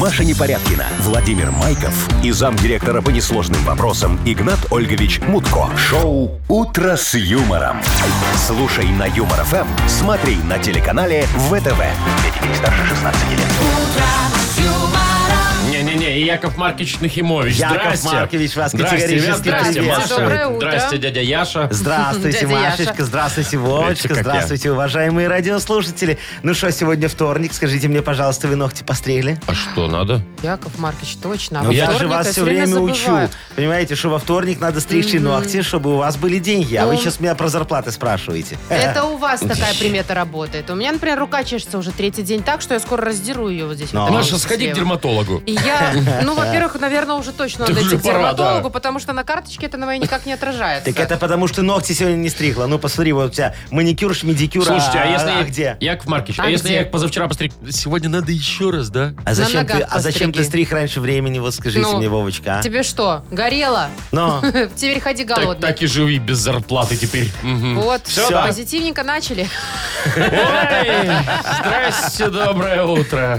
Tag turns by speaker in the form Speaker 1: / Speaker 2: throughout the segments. Speaker 1: Маша Непорядкина, Владимир Майков и замдиректора по несложным вопросам Игнат Ольгович Мутко. Шоу «Утро с юмором». Слушай на Юмор ФМ, смотри на телеканале ВТВ. Для детей старше 16 лет.
Speaker 2: Не-не-не, и Яков Маркич Нахимович.
Speaker 3: Яков
Speaker 2: здрасте.
Speaker 3: Маркович, вас
Speaker 2: Здрасте, ребят,
Speaker 3: категорически
Speaker 2: здрасте,
Speaker 3: приветствую.
Speaker 2: Маша.
Speaker 4: Доброе утро.
Speaker 2: Здрасте, дядя Яша.
Speaker 3: Здравствуйте,
Speaker 4: Дядя
Speaker 3: Машечка,
Speaker 4: Яша.
Speaker 3: здравствуйте,
Speaker 2: Видите,
Speaker 3: Вовочка,
Speaker 2: как я.
Speaker 3: здравствуйте, уважаемые радиослушатели. Ну что, сегодня вторник, скажите мне, пожалуйста, вы ногти постригли?
Speaker 2: А что надо?
Speaker 4: Яков Маркович, точно. А
Speaker 3: Ну,
Speaker 4: во
Speaker 3: я же
Speaker 4: вторник
Speaker 3: вас
Speaker 4: я
Speaker 3: все время
Speaker 4: забываю.
Speaker 3: учу. Понимаете, что во вторник надо стричь ногти, чтобы у вас были деньги. А вы
Speaker 4: Ну.
Speaker 3: сейчас меня про зарплаты спрашиваете.
Speaker 4: Это у вас такая примета работает. У меня, например, рука чешется уже третий день так, что я скоро раздеру ее вот здесь.
Speaker 3: Но.
Speaker 4: вот так
Speaker 2: Маша,
Speaker 4: вот
Speaker 2: сходи к
Speaker 4: слева.
Speaker 2: дерматологу.
Speaker 4: И я, ну, во-первых, наверное, уже точно
Speaker 2: Ты
Speaker 4: надо
Speaker 2: уже
Speaker 4: идти к
Speaker 2: пора,
Speaker 4: дерматологу,
Speaker 2: да.
Speaker 4: потому что на карточке это на моей никак не отражается.
Speaker 3: Так это потому, что ногти сегодня не стригла. Ну, посмотри, вот у тебя маникюр, шмедикюр,
Speaker 2: Слушайте, а если...
Speaker 3: где?
Speaker 2: Яков Маркич, а,
Speaker 4: А
Speaker 2: если
Speaker 4: где?
Speaker 2: я позавчера постриг... Сегодня надо еще раз, да?
Speaker 3: А зачем, ты,
Speaker 4: ногах
Speaker 3: а зачем ты
Speaker 4: постриги.
Speaker 3: стриг раньше времени, вот скажите
Speaker 4: Ну,
Speaker 3: мне, Вовочка, а? Ну,
Speaker 4: Тебе что, горело?
Speaker 3: Но.
Speaker 4: Теперь ходи
Speaker 2: Так,
Speaker 4: голодный.
Speaker 2: так и живи без зарплаты теперь. Мгм.
Speaker 4: Вот,
Speaker 2: Всё,
Speaker 4: все,
Speaker 2: да.
Speaker 4: позитивненько начали.
Speaker 2: Ой, здрасте, доброе утро.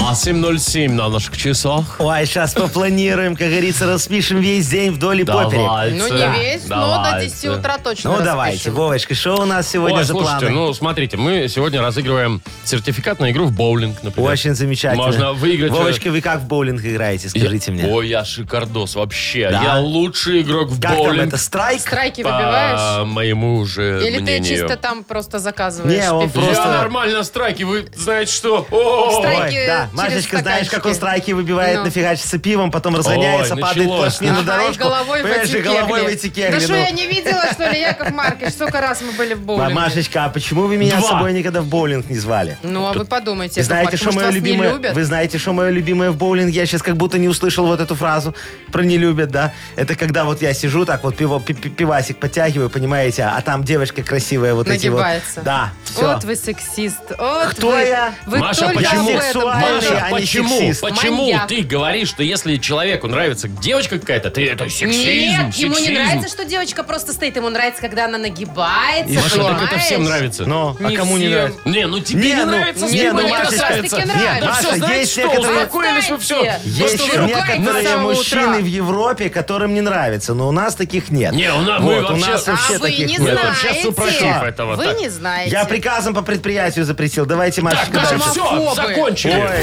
Speaker 2: А 7.07 на наших часах.
Speaker 3: Ой, сейчас попланируем, как говорится, распишем весь день вдоль и поперек.
Speaker 2: Давайте.
Speaker 4: Ну, не весь, но до 10
Speaker 2: Давайте.
Speaker 4: утра точно
Speaker 3: Ну,
Speaker 4: распишем.
Speaker 3: давайте, Вовочка, что у нас сегодня
Speaker 2: Ой,
Speaker 3: за
Speaker 2: слушайте,
Speaker 3: планы?
Speaker 2: ну, смотрите, мы сегодня разыгрываем сертификат на игру в боулинг, например.
Speaker 3: Очень замечательно.
Speaker 2: Можно выиграть...
Speaker 3: Вовочка, вы как в боулинг играете,
Speaker 2: Я-
Speaker 3: скажите мне?
Speaker 2: Ой, я шикардос вообще.
Speaker 3: Да?
Speaker 2: Я лучший игрок в
Speaker 3: Как там
Speaker 2: боулинг.
Speaker 3: это, страйк?
Speaker 4: Страйки
Speaker 2: По
Speaker 4: выбиваешь?
Speaker 2: моему же
Speaker 4: Или ты
Speaker 2: мнению.
Speaker 4: чисто там просто заказываешь?
Speaker 3: Не, он
Speaker 4: пиф-
Speaker 2: Я
Speaker 3: просто-
Speaker 2: нормально страйки, вы знаете что? О!
Speaker 4: Страйки
Speaker 3: Ой, да.
Speaker 4: через
Speaker 3: Машечка, знаешь, как он
Speaker 4: стаканчики.
Speaker 3: страйки выбивает,
Speaker 4: Ну.
Speaker 3: нафигачится пивом, потом разгоняется,
Speaker 2: Ой,
Speaker 3: падает
Speaker 2: началось.
Speaker 3: плашмя на
Speaker 4: Ага, и
Speaker 3: дорожку.
Speaker 4: головой в
Speaker 3: Понимаешь, и
Speaker 4: эти
Speaker 3: головой в
Speaker 4: кегли.
Speaker 3: эти
Speaker 4: Да
Speaker 3: кегли.
Speaker 4: что,
Speaker 3: ну.
Speaker 4: я не видела, что ли, Яков Маркович? Сколько раз мы были в боулинге?
Speaker 3: Машечка, а почему вы меня
Speaker 2: Два.
Speaker 3: с собой никогда в боулинг не звали?
Speaker 4: Ну, а вы подумайте,
Speaker 3: Вы знаете,
Speaker 4: Яков
Speaker 3: что
Speaker 4: Маркович,
Speaker 3: мое
Speaker 4: может, вас не
Speaker 3: любимое?
Speaker 4: любят?
Speaker 3: Вы знаете, что мое любимое в боулинге? Я сейчас как будто не услышал вот эту фразу про не любят, да? Это когда вот я сижу так вот пиво, пи- пи- пивасик подтягиваю, понимаете, а там девочка красивая вот эти
Speaker 4: Нагибается.
Speaker 3: вот. Да. Все.
Speaker 4: Вот вы сексист. Вот
Speaker 3: Кто
Speaker 4: вы-
Speaker 3: я?
Speaker 4: Вы
Speaker 2: Маша,
Speaker 4: только
Speaker 2: почему?
Speaker 4: об этом
Speaker 3: Сексуальный,
Speaker 4: говорите.
Speaker 2: Маша,
Speaker 3: а не
Speaker 2: почему?
Speaker 3: сексист.
Speaker 2: Почему
Speaker 4: Маньяк.
Speaker 2: ты говоришь, что если человеку нравится девочка какая-то, ты это сексизм,
Speaker 4: Нет, ему не
Speaker 2: сексизм?
Speaker 4: нравится, что девочка просто стоит. Ему нравится, когда она нагибается.
Speaker 2: Маша, так это
Speaker 4: понимаешь?
Speaker 2: всем нравится.
Speaker 3: Но, а кому не
Speaker 2: всем.
Speaker 3: нравится?
Speaker 2: Не, ну тебе
Speaker 3: Не,
Speaker 2: не,
Speaker 3: ну,
Speaker 2: нравится,
Speaker 4: не,
Speaker 2: Степа,
Speaker 4: ну,
Speaker 2: не
Speaker 4: Машечка,
Speaker 2: красавица.
Speaker 4: таки
Speaker 3: нравится.
Speaker 2: Да все,
Speaker 3: Маша,
Speaker 2: знаете
Speaker 3: есть
Speaker 2: что,
Speaker 3: некоторые-
Speaker 2: успокоились вы все.
Speaker 4: Отстаньте.
Speaker 2: Просто
Speaker 3: Есть
Speaker 2: вы ругаетесь с
Speaker 3: некоторые
Speaker 2: самого утра.
Speaker 3: мужчины в Европе, которым не нравится, но у нас таких нет.
Speaker 2: Не, у нас-
Speaker 3: Вот,
Speaker 2: мы вообще-
Speaker 3: у нас
Speaker 2: А
Speaker 3: вообще
Speaker 4: А вы
Speaker 3: таких
Speaker 4: не
Speaker 3: нет.
Speaker 2: Это вообще супротив
Speaker 4: знаете.
Speaker 2: этого,
Speaker 4: Вы
Speaker 2: так.
Speaker 4: не знаете.
Speaker 3: Я приказом по предприятию запретил. Давайте,
Speaker 2: Так,
Speaker 3: Машечка,
Speaker 2: даже
Speaker 3: дальше.
Speaker 2: все,
Speaker 4: Гомофобы.
Speaker 2: закончили.
Speaker 3: Ой.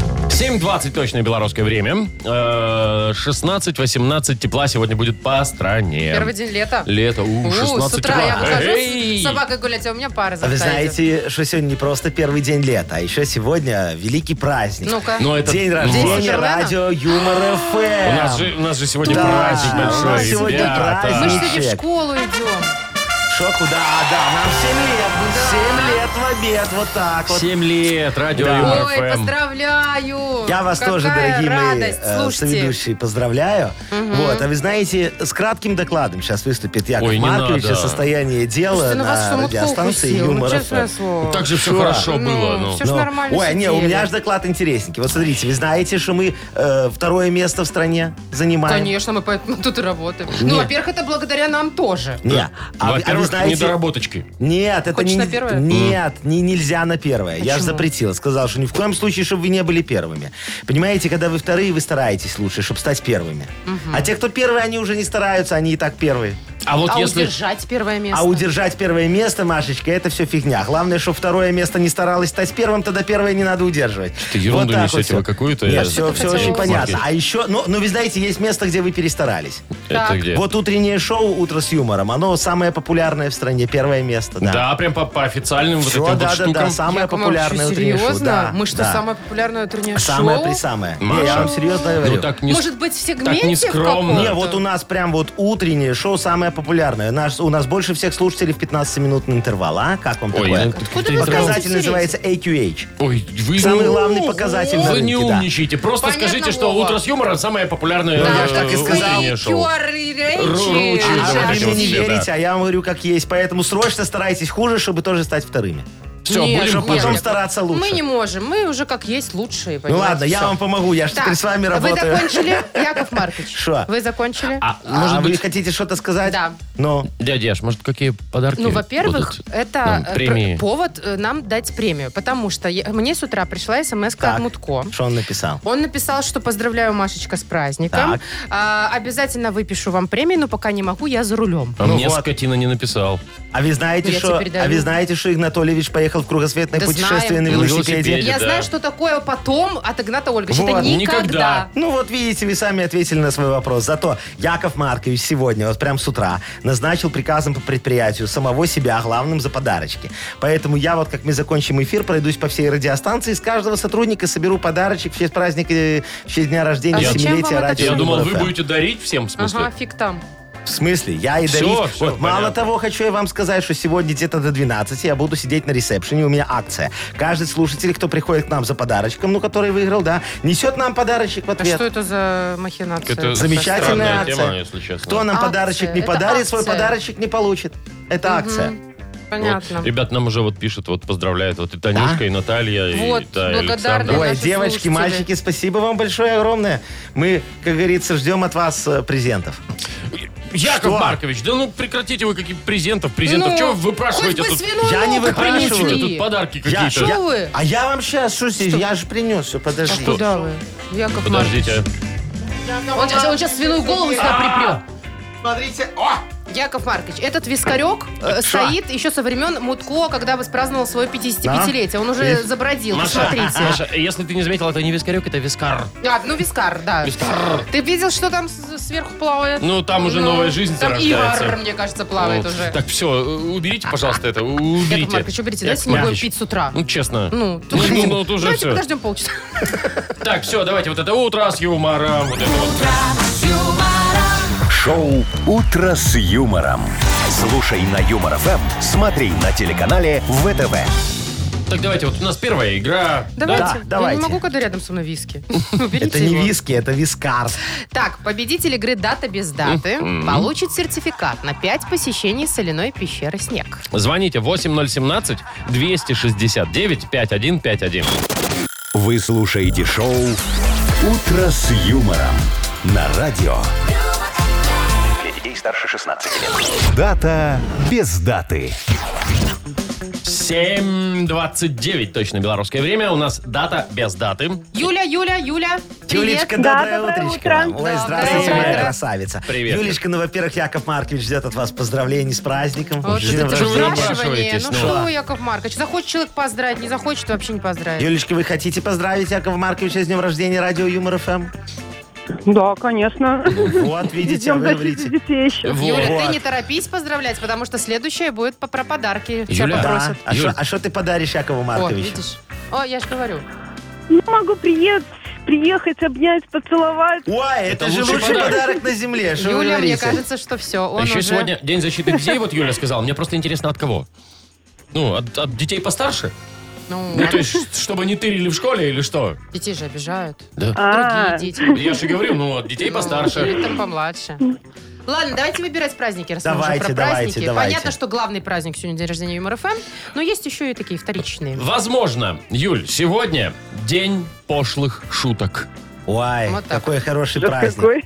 Speaker 2: 7.20 точное белорусское время. Э, 16-18 тепла сегодня будет по стране.
Speaker 4: Первый день лета.
Speaker 2: Лето, у,
Speaker 4: У,
Speaker 2: 16
Speaker 4: с утра
Speaker 2: тепла.
Speaker 4: я выхожу
Speaker 2: Эй!
Speaker 4: с собакой гулять, а у меня пара
Speaker 3: А Вы
Speaker 4: завтра
Speaker 3: знаете, что сегодня не просто первый день лета, а еще сегодня великий праздник.
Speaker 4: идет. Ну-ка.
Speaker 2: Но это...
Speaker 3: День
Speaker 4: День
Speaker 3: рождения
Speaker 4: Супермена?
Speaker 3: радио Юмор ФМ.
Speaker 2: У нас, же, у нас же сегодня
Speaker 3: Да,
Speaker 2: праздник
Speaker 3: у
Speaker 2: большой,
Speaker 3: нас сегодня
Speaker 2: ребята.
Speaker 3: праздник.
Speaker 4: А, Мы же сегодня в
Speaker 3: Чек.
Speaker 4: школу идем.
Speaker 3: Шо, куда? А, да, нам 7 лет. 7 лет в обед, вот так вот.
Speaker 2: Семь лет, радио
Speaker 3: Да.
Speaker 2: Юмор
Speaker 4: Ой,
Speaker 2: FM.
Speaker 4: поздравляю.
Speaker 3: Я вас
Speaker 4: Какая
Speaker 3: тоже, дорогие
Speaker 4: радость.
Speaker 3: мои э,
Speaker 4: Слушайте,
Speaker 3: соведущие, поздравляю. Вот, а вы знаете, с кратким докладом сейчас выступит Яков
Speaker 2: Ой, не
Speaker 3: Маркович
Speaker 2: надо.
Speaker 3: о состоянии дела
Speaker 4: слушайте, ну вас что,
Speaker 3: на
Speaker 4: мутко
Speaker 3: радиостанции
Speaker 4: укусило? Ну,
Speaker 3: Юмор
Speaker 4: честное
Speaker 3: ФМ.
Speaker 4: слово.
Speaker 2: Так же все
Speaker 3: Шо?
Speaker 2: хорошо
Speaker 4: Ну,
Speaker 2: было. Ну.
Speaker 4: всё ж
Speaker 3: Но-
Speaker 4: нормально
Speaker 3: Ой, не, у
Speaker 4: сидели.
Speaker 3: меня же доклад интересненький. Вот смотрите, вы знаете, что мы э, второе место в стране занимаем.
Speaker 4: Конечно, мы поэтому тут и работаем. Ну, во-первых, это благодаря нам тоже.
Speaker 3: Не, а, вы- а вы
Speaker 2: Во-первых,
Speaker 3: знаете,
Speaker 2: недоработочки.
Speaker 3: Нет, это
Speaker 4: Хочешь
Speaker 3: не...
Speaker 4: на первое?
Speaker 3: Нет, не, нельзя на первое. Я же
Speaker 4: Почему?
Speaker 3: запретила. Сказал, что ни в коем случае, чтобы вы не были первыми. Понимаете, когда вы вторые, вы стараетесь лучше, чтобы стать первыми. А те, кто первые, они уже не стараются, они и так первые.
Speaker 2: А вот
Speaker 4: а
Speaker 2: если...
Speaker 4: удержать первое место.
Speaker 3: А удержать первое место, Машечка, это все фигня. Главное, что второе место не старалось стать первым, тогда первое не надо удерживать.
Speaker 2: Ты ерунду
Speaker 3: так
Speaker 2: несете
Speaker 3: всё.
Speaker 2: вы какую-то, э, я-
Speaker 3: Нет, все,
Speaker 2: Это
Speaker 4: хотя
Speaker 3: очень
Speaker 4: бы
Speaker 3: понятно.
Speaker 2: маркетинг.
Speaker 3: А еще, ну, ну, вы знаете, есть место, где вы перестарались.
Speaker 2: Это
Speaker 4: Так.
Speaker 2: где?
Speaker 3: Вот утреннее шоу «Утро с юмором», оно самое популярное в стране, первое место.
Speaker 2: да. прям по, по официальным
Speaker 3: Всё,
Speaker 2: вот этим
Speaker 3: да,
Speaker 2: вот
Speaker 3: да,
Speaker 2: штукам.
Speaker 3: да, самое
Speaker 4: Яков Маркович,
Speaker 3: популярное утреннее шоу.
Speaker 4: серьезно?
Speaker 3: да,
Speaker 4: Мы что,
Speaker 3: да.
Speaker 4: самое популярное утреннее
Speaker 3: Самое
Speaker 4: шоу?
Speaker 3: при самое.
Speaker 2: Маша.
Speaker 3: Не, я вам серьезно говорю.
Speaker 2: Ну так не...
Speaker 4: Может быть, в сегменте в
Speaker 2: нескромно.
Speaker 4: каком-то?
Speaker 3: Не, вот у нас прям вот утреннее шоу самое самая популярная. Наш, у нас больше всех слушателей в 15-минутный интервал, а? Как вам
Speaker 2: Ой,
Speaker 3: такое?
Speaker 2: ну,
Speaker 4: Откуда
Speaker 2: ты-
Speaker 4: вы
Speaker 2: ты-
Speaker 4: знаете?
Speaker 3: Показатель называется AQH.
Speaker 2: Ой, вы...
Speaker 3: Самый
Speaker 2: ну,
Speaker 3: главный показатель на
Speaker 2: Вы не
Speaker 3: рынке, да.
Speaker 2: умничайте. Просто
Speaker 4: Понятно,
Speaker 2: скажите, что
Speaker 4: Вова.
Speaker 2: «Утро с юмором» самое популярное
Speaker 3: я
Speaker 2: э,
Speaker 3: ж так и сказал.
Speaker 2: утреннее шоу.
Speaker 4: Кёры, речи.
Speaker 2: Ручи,
Speaker 4: А,
Speaker 2: давайте
Speaker 3: А
Speaker 4: да.
Speaker 3: вы мне не
Speaker 2: вообще, да.
Speaker 3: верите, а я вам говорю, как есть. Поэтому срочно старайтесь хуже, чтобы тоже стать вторыми.
Speaker 2: Все,
Speaker 4: Нет,
Speaker 2: будем
Speaker 4: нет,
Speaker 2: хуже.
Speaker 3: Потом
Speaker 4: нет.
Speaker 3: стараться лучше.
Speaker 4: Мы не можем. Мы уже как есть лучшие.
Speaker 3: Ну
Speaker 4: понимаете,
Speaker 3: ладно, я
Speaker 4: всё.
Speaker 3: вам помогу, я же
Speaker 4: Так,
Speaker 3: теперь с вами работаю.
Speaker 4: Вы закончили, Яков Маркович?
Speaker 3: Шо?
Speaker 4: Вы закончили?
Speaker 2: А,
Speaker 3: А
Speaker 2: может
Speaker 3: вы
Speaker 2: быть,
Speaker 3: хотите что-то сказать?
Speaker 4: Да.
Speaker 3: Ну,
Speaker 2: дядя Яш, может, какие подарки
Speaker 4: Ну, во-первых,
Speaker 2: будут Ну,
Speaker 4: это
Speaker 2: нам,
Speaker 4: э,
Speaker 2: премии?
Speaker 4: пр- повод э, нам дать премию, потому что я- мне с утра пришла смс
Speaker 3: Так.
Speaker 4: от Мутко.
Speaker 3: что он написал?
Speaker 4: Он написал, что поздравляю, Машечка, с праздником.
Speaker 3: Так.
Speaker 4: А, обязательно выпишу вам премию, но пока не могу, я за рулем.
Speaker 2: А
Speaker 3: Ну
Speaker 2: мне
Speaker 3: вот.
Speaker 2: скотина не написал.
Speaker 3: А вы знаете,
Speaker 4: Ну, Я
Speaker 3: что?
Speaker 4: тебе передаю.
Speaker 3: А вы знаете, что Игнатольевич поехал в кругосветное
Speaker 4: Да
Speaker 3: путешествие
Speaker 4: знаем.
Speaker 3: на
Speaker 2: На
Speaker 3: велосипеде?
Speaker 2: Ну, велосипеде.
Speaker 4: Я
Speaker 2: да.
Speaker 4: знаю, что такое потом от Игната Ольговича. Это
Speaker 3: Вот.
Speaker 2: Никогда.
Speaker 4: никогда.
Speaker 3: Ну вот видите, вы сами ответили на свой вопрос. Зато Яков Маркович сегодня, вот прям с утра, назначил приказом по предприятию самого себя главным за подарочки. Поэтому я вот, как мы закончим эфир, пройдусь по всей радиостанции, с каждого сотрудника соберу подарочек в честь праздника, э, в честь дня рождения,
Speaker 4: А зачем вам
Speaker 3: семилетия
Speaker 4: это
Speaker 3: радио.
Speaker 2: Я
Speaker 4: Всё,
Speaker 2: думал,
Speaker 3: Юмор
Speaker 2: вы
Speaker 3: FM.
Speaker 2: будете дарить всем, в смысле?
Speaker 4: Ага, фиг там.
Speaker 3: В смысле? Я и
Speaker 2: Всё,
Speaker 3: дарить?
Speaker 2: всё,
Speaker 3: Вот, мало
Speaker 2: понятно.
Speaker 3: того, хочу я вам сказать, что сегодня где-то до 12 я буду сидеть на ресепшене, у меня акция. Каждый слушатель, кто приходит к нам за подарочком, ну, который выиграл, да, несет нам подарочек в
Speaker 4: А
Speaker 3: ответ.
Speaker 4: что это за махинация?
Speaker 2: Это
Speaker 3: Замечательная
Speaker 2: странная
Speaker 3: акция.
Speaker 2: тема, если честно.
Speaker 3: Кто нам
Speaker 4: Акция.
Speaker 3: подарочек не
Speaker 4: Это
Speaker 3: подарит, свой
Speaker 4: акция.
Speaker 3: подарочек не получит. Это акция.
Speaker 4: Понятно.
Speaker 2: Вот, ребят, нам уже вот пишут, вот поздравляют. Вот и Танюшка, и Наталья,
Speaker 4: Вот,
Speaker 2: и, да, и
Speaker 4: благодарны.
Speaker 2: Александр.
Speaker 4: Ой,
Speaker 3: Ой,
Speaker 4: наши
Speaker 3: девочки,
Speaker 4: слушатели.
Speaker 3: мальчики, спасибо вам большое огромное. Мы, как говорится, ждем от вас э, презентов.
Speaker 2: Яков
Speaker 3: Что?
Speaker 2: Маркович, да ну прекратите вы каких презентов, презентов.
Speaker 4: Ну,
Speaker 2: Чего вы выпрашиваете
Speaker 4: хоть бы
Speaker 2: тут?
Speaker 4: свиную
Speaker 3: Я не
Speaker 4: ногу
Speaker 3: выпрашиваю.
Speaker 2: Выпрашиваете
Speaker 4: принесли.
Speaker 2: тут подарки
Speaker 3: Я-
Speaker 2: какие-то.
Speaker 3: я-
Speaker 4: Что вы?
Speaker 3: А я вам сейчас, что здесь? Я же принес все,
Speaker 4: А
Speaker 3: подожди.
Speaker 4: куда вы? Яков
Speaker 2: Подождите.
Speaker 4: Маркович. Он сейчас, он сейчас свиную голову сюда припрет.
Speaker 3: Смотрите. О!
Speaker 4: Яков Маркович, этот вискарек э,
Speaker 3: Шо?
Speaker 4: стоит еще со времен Мутко, когда бы праздновал свое 55-летие. Он уже
Speaker 3: Есть.
Speaker 4: забродил,
Speaker 2: Маша,
Speaker 4: посмотрите.
Speaker 2: Маша, если ты не заметил, это не вискарек, это вискар.
Speaker 4: А, ну вискар, да.
Speaker 2: Вискар.
Speaker 4: Ты видел, что там с- сверху плавает?
Speaker 2: Ну, там уже новая жизнь
Speaker 4: Там
Speaker 2: зарождается.
Speaker 4: Ивар, мне кажется, плавает
Speaker 2: О,
Speaker 4: А, уже.
Speaker 2: Так, все, уберите, пожалуйста, это. у- Уберите.
Speaker 4: Яков Маркович, уберите,
Speaker 2: Яков
Speaker 4: давайте не будем
Speaker 2: Маркович.
Speaker 4: пить с утра.
Speaker 2: Ну, честно.
Speaker 4: Ну,
Speaker 2: Ну,
Speaker 4: тут-
Speaker 2: ну, вот уже
Speaker 4: Давайте
Speaker 2: все.
Speaker 4: подождем полчаса.
Speaker 2: Так, все, давайте вот это утро с юмором. Вот это вот.
Speaker 1: Шоу «Утро с юмором». Слушай на Юмор ФМ, смотри на телеканале ВТВ.
Speaker 2: Так, давайте, вот у нас первая игра.
Speaker 4: Давайте. Я
Speaker 3: давайте.
Speaker 4: не могу, когда рядом со мной виски. Уберите
Speaker 3: Это не
Speaker 4: его.
Speaker 3: виски, это вискар.
Speaker 4: Так, победитель игры «Дата без даты» получит сертификат на 5 посещений соляной пещеры «Снег».
Speaker 2: Звоните 8017-269-5151.
Speaker 1: Вы слушаете шоу «Утро с юмором» на радио. Для детей старше 16 лет. Дата без даты.
Speaker 2: 7.29, точно белорусское время. У нас дата без даты.
Speaker 4: Юля, Юля, Юля, привет.
Speaker 3: Юлечка,
Speaker 5: Да,
Speaker 3: доброе,
Speaker 5: доброе
Speaker 3: утречко.
Speaker 5: утро.
Speaker 3: вам. Ой,
Speaker 4: Да,
Speaker 3: здравствуйте,
Speaker 4: доброе
Speaker 3: моя
Speaker 4: утро.
Speaker 3: красавица.
Speaker 2: Привет.
Speaker 3: Юлечка, ну, во-первых, Яков Маркович ждет от вас поздравлений с праздником.
Speaker 4: Вот
Speaker 3: С днем
Speaker 4: это
Speaker 2: Чего вы
Speaker 3: рождения.
Speaker 2: спрашиваете?
Speaker 4: спрашивание.
Speaker 2: спрашиваетесь,
Speaker 4: Ну
Speaker 2: ну?
Speaker 4: что, Яков Маркович, захочет человек поздравить, не захочет, вообще не поздравит.
Speaker 3: Юлечка, вы хотите поздравить Якова Марковича с днем рождения радио Юмор ФМ?
Speaker 5: Да, конечно.
Speaker 3: Вот, видите,
Speaker 5: Идем
Speaker 3: вы
Speaker 5: защитить
Speaker 3: говорите.
Speaker 5: детей еще.
Speaker 2: Вот.
Speaker 4: Юля,
Speaker 3: Вот.
Speaker 4: ты не торопись поздравлять, потому что следующее будет по- про подарки. Всё
Speaker 2: Юля,
Speaker 3: Да.
Speaker 4: попросят.
Speaker 3: А
Speaker 2: Юль.
Speaker 3: что а что ты подаришь Якову
Speaker 4: О,
Speaker 3: Марковичу?
Speaker 4: видишь? О, я же говорю.
Speaker 5: Ну, могу приехать, приехать, обнять, поцеловать.
Speaker 3: Ой, это,
Speaker 2: Это
Speaker 3: же
Speaker 2: лучший
Speaker 3: лучший
Speaker 2: подарок.
Speaker 3: подарок, на земле. Что вы
Speaker 4: Юля, мне
Speaker 3: говорите?
Speaker 4: кажется, что все.
Speaker 2: А
Speaker 4: Он
Speaker 2: Еще
Speaker 4: уже...
Speaker 2: сегодня День защиты детей, вот Юля сказала. Мне просто интересно, от кого? Ну, от, от детей постарше?
Speaker 4: Ну,
Speaker 2: Ну, то есть, чтобы не тырили в школе или что?
Speaker 4: детей же обижают.
Speaker 2: Да.
Speaker 5: А,
Speaker 4: Другие дети.
Speaker 2: Я же и говорю, ну, от детей
Speaker 4: Ну,
Speaker 2: постарше.
Speaker 4: или там помладше. Ладно, давайте выбирать праздники, раз мы
Speaker 3: Давайте,
Speaker 4: уже про
Speaker 3: давайте,
Speaker 4: праздники.
Speaker 3: давайте.
Speaker 4: Понятно, что главный праздник сегодня день рождения Юмор ФМ, но есть еще и такие вторичные.
Speaker 2: Возможно, Юль, сегодня день пошлых шуток.
Speaker 3: Ой,
Speaker 4: Вот так.
Speaker 3: какой хороший праздник.
Speaker 5: какой.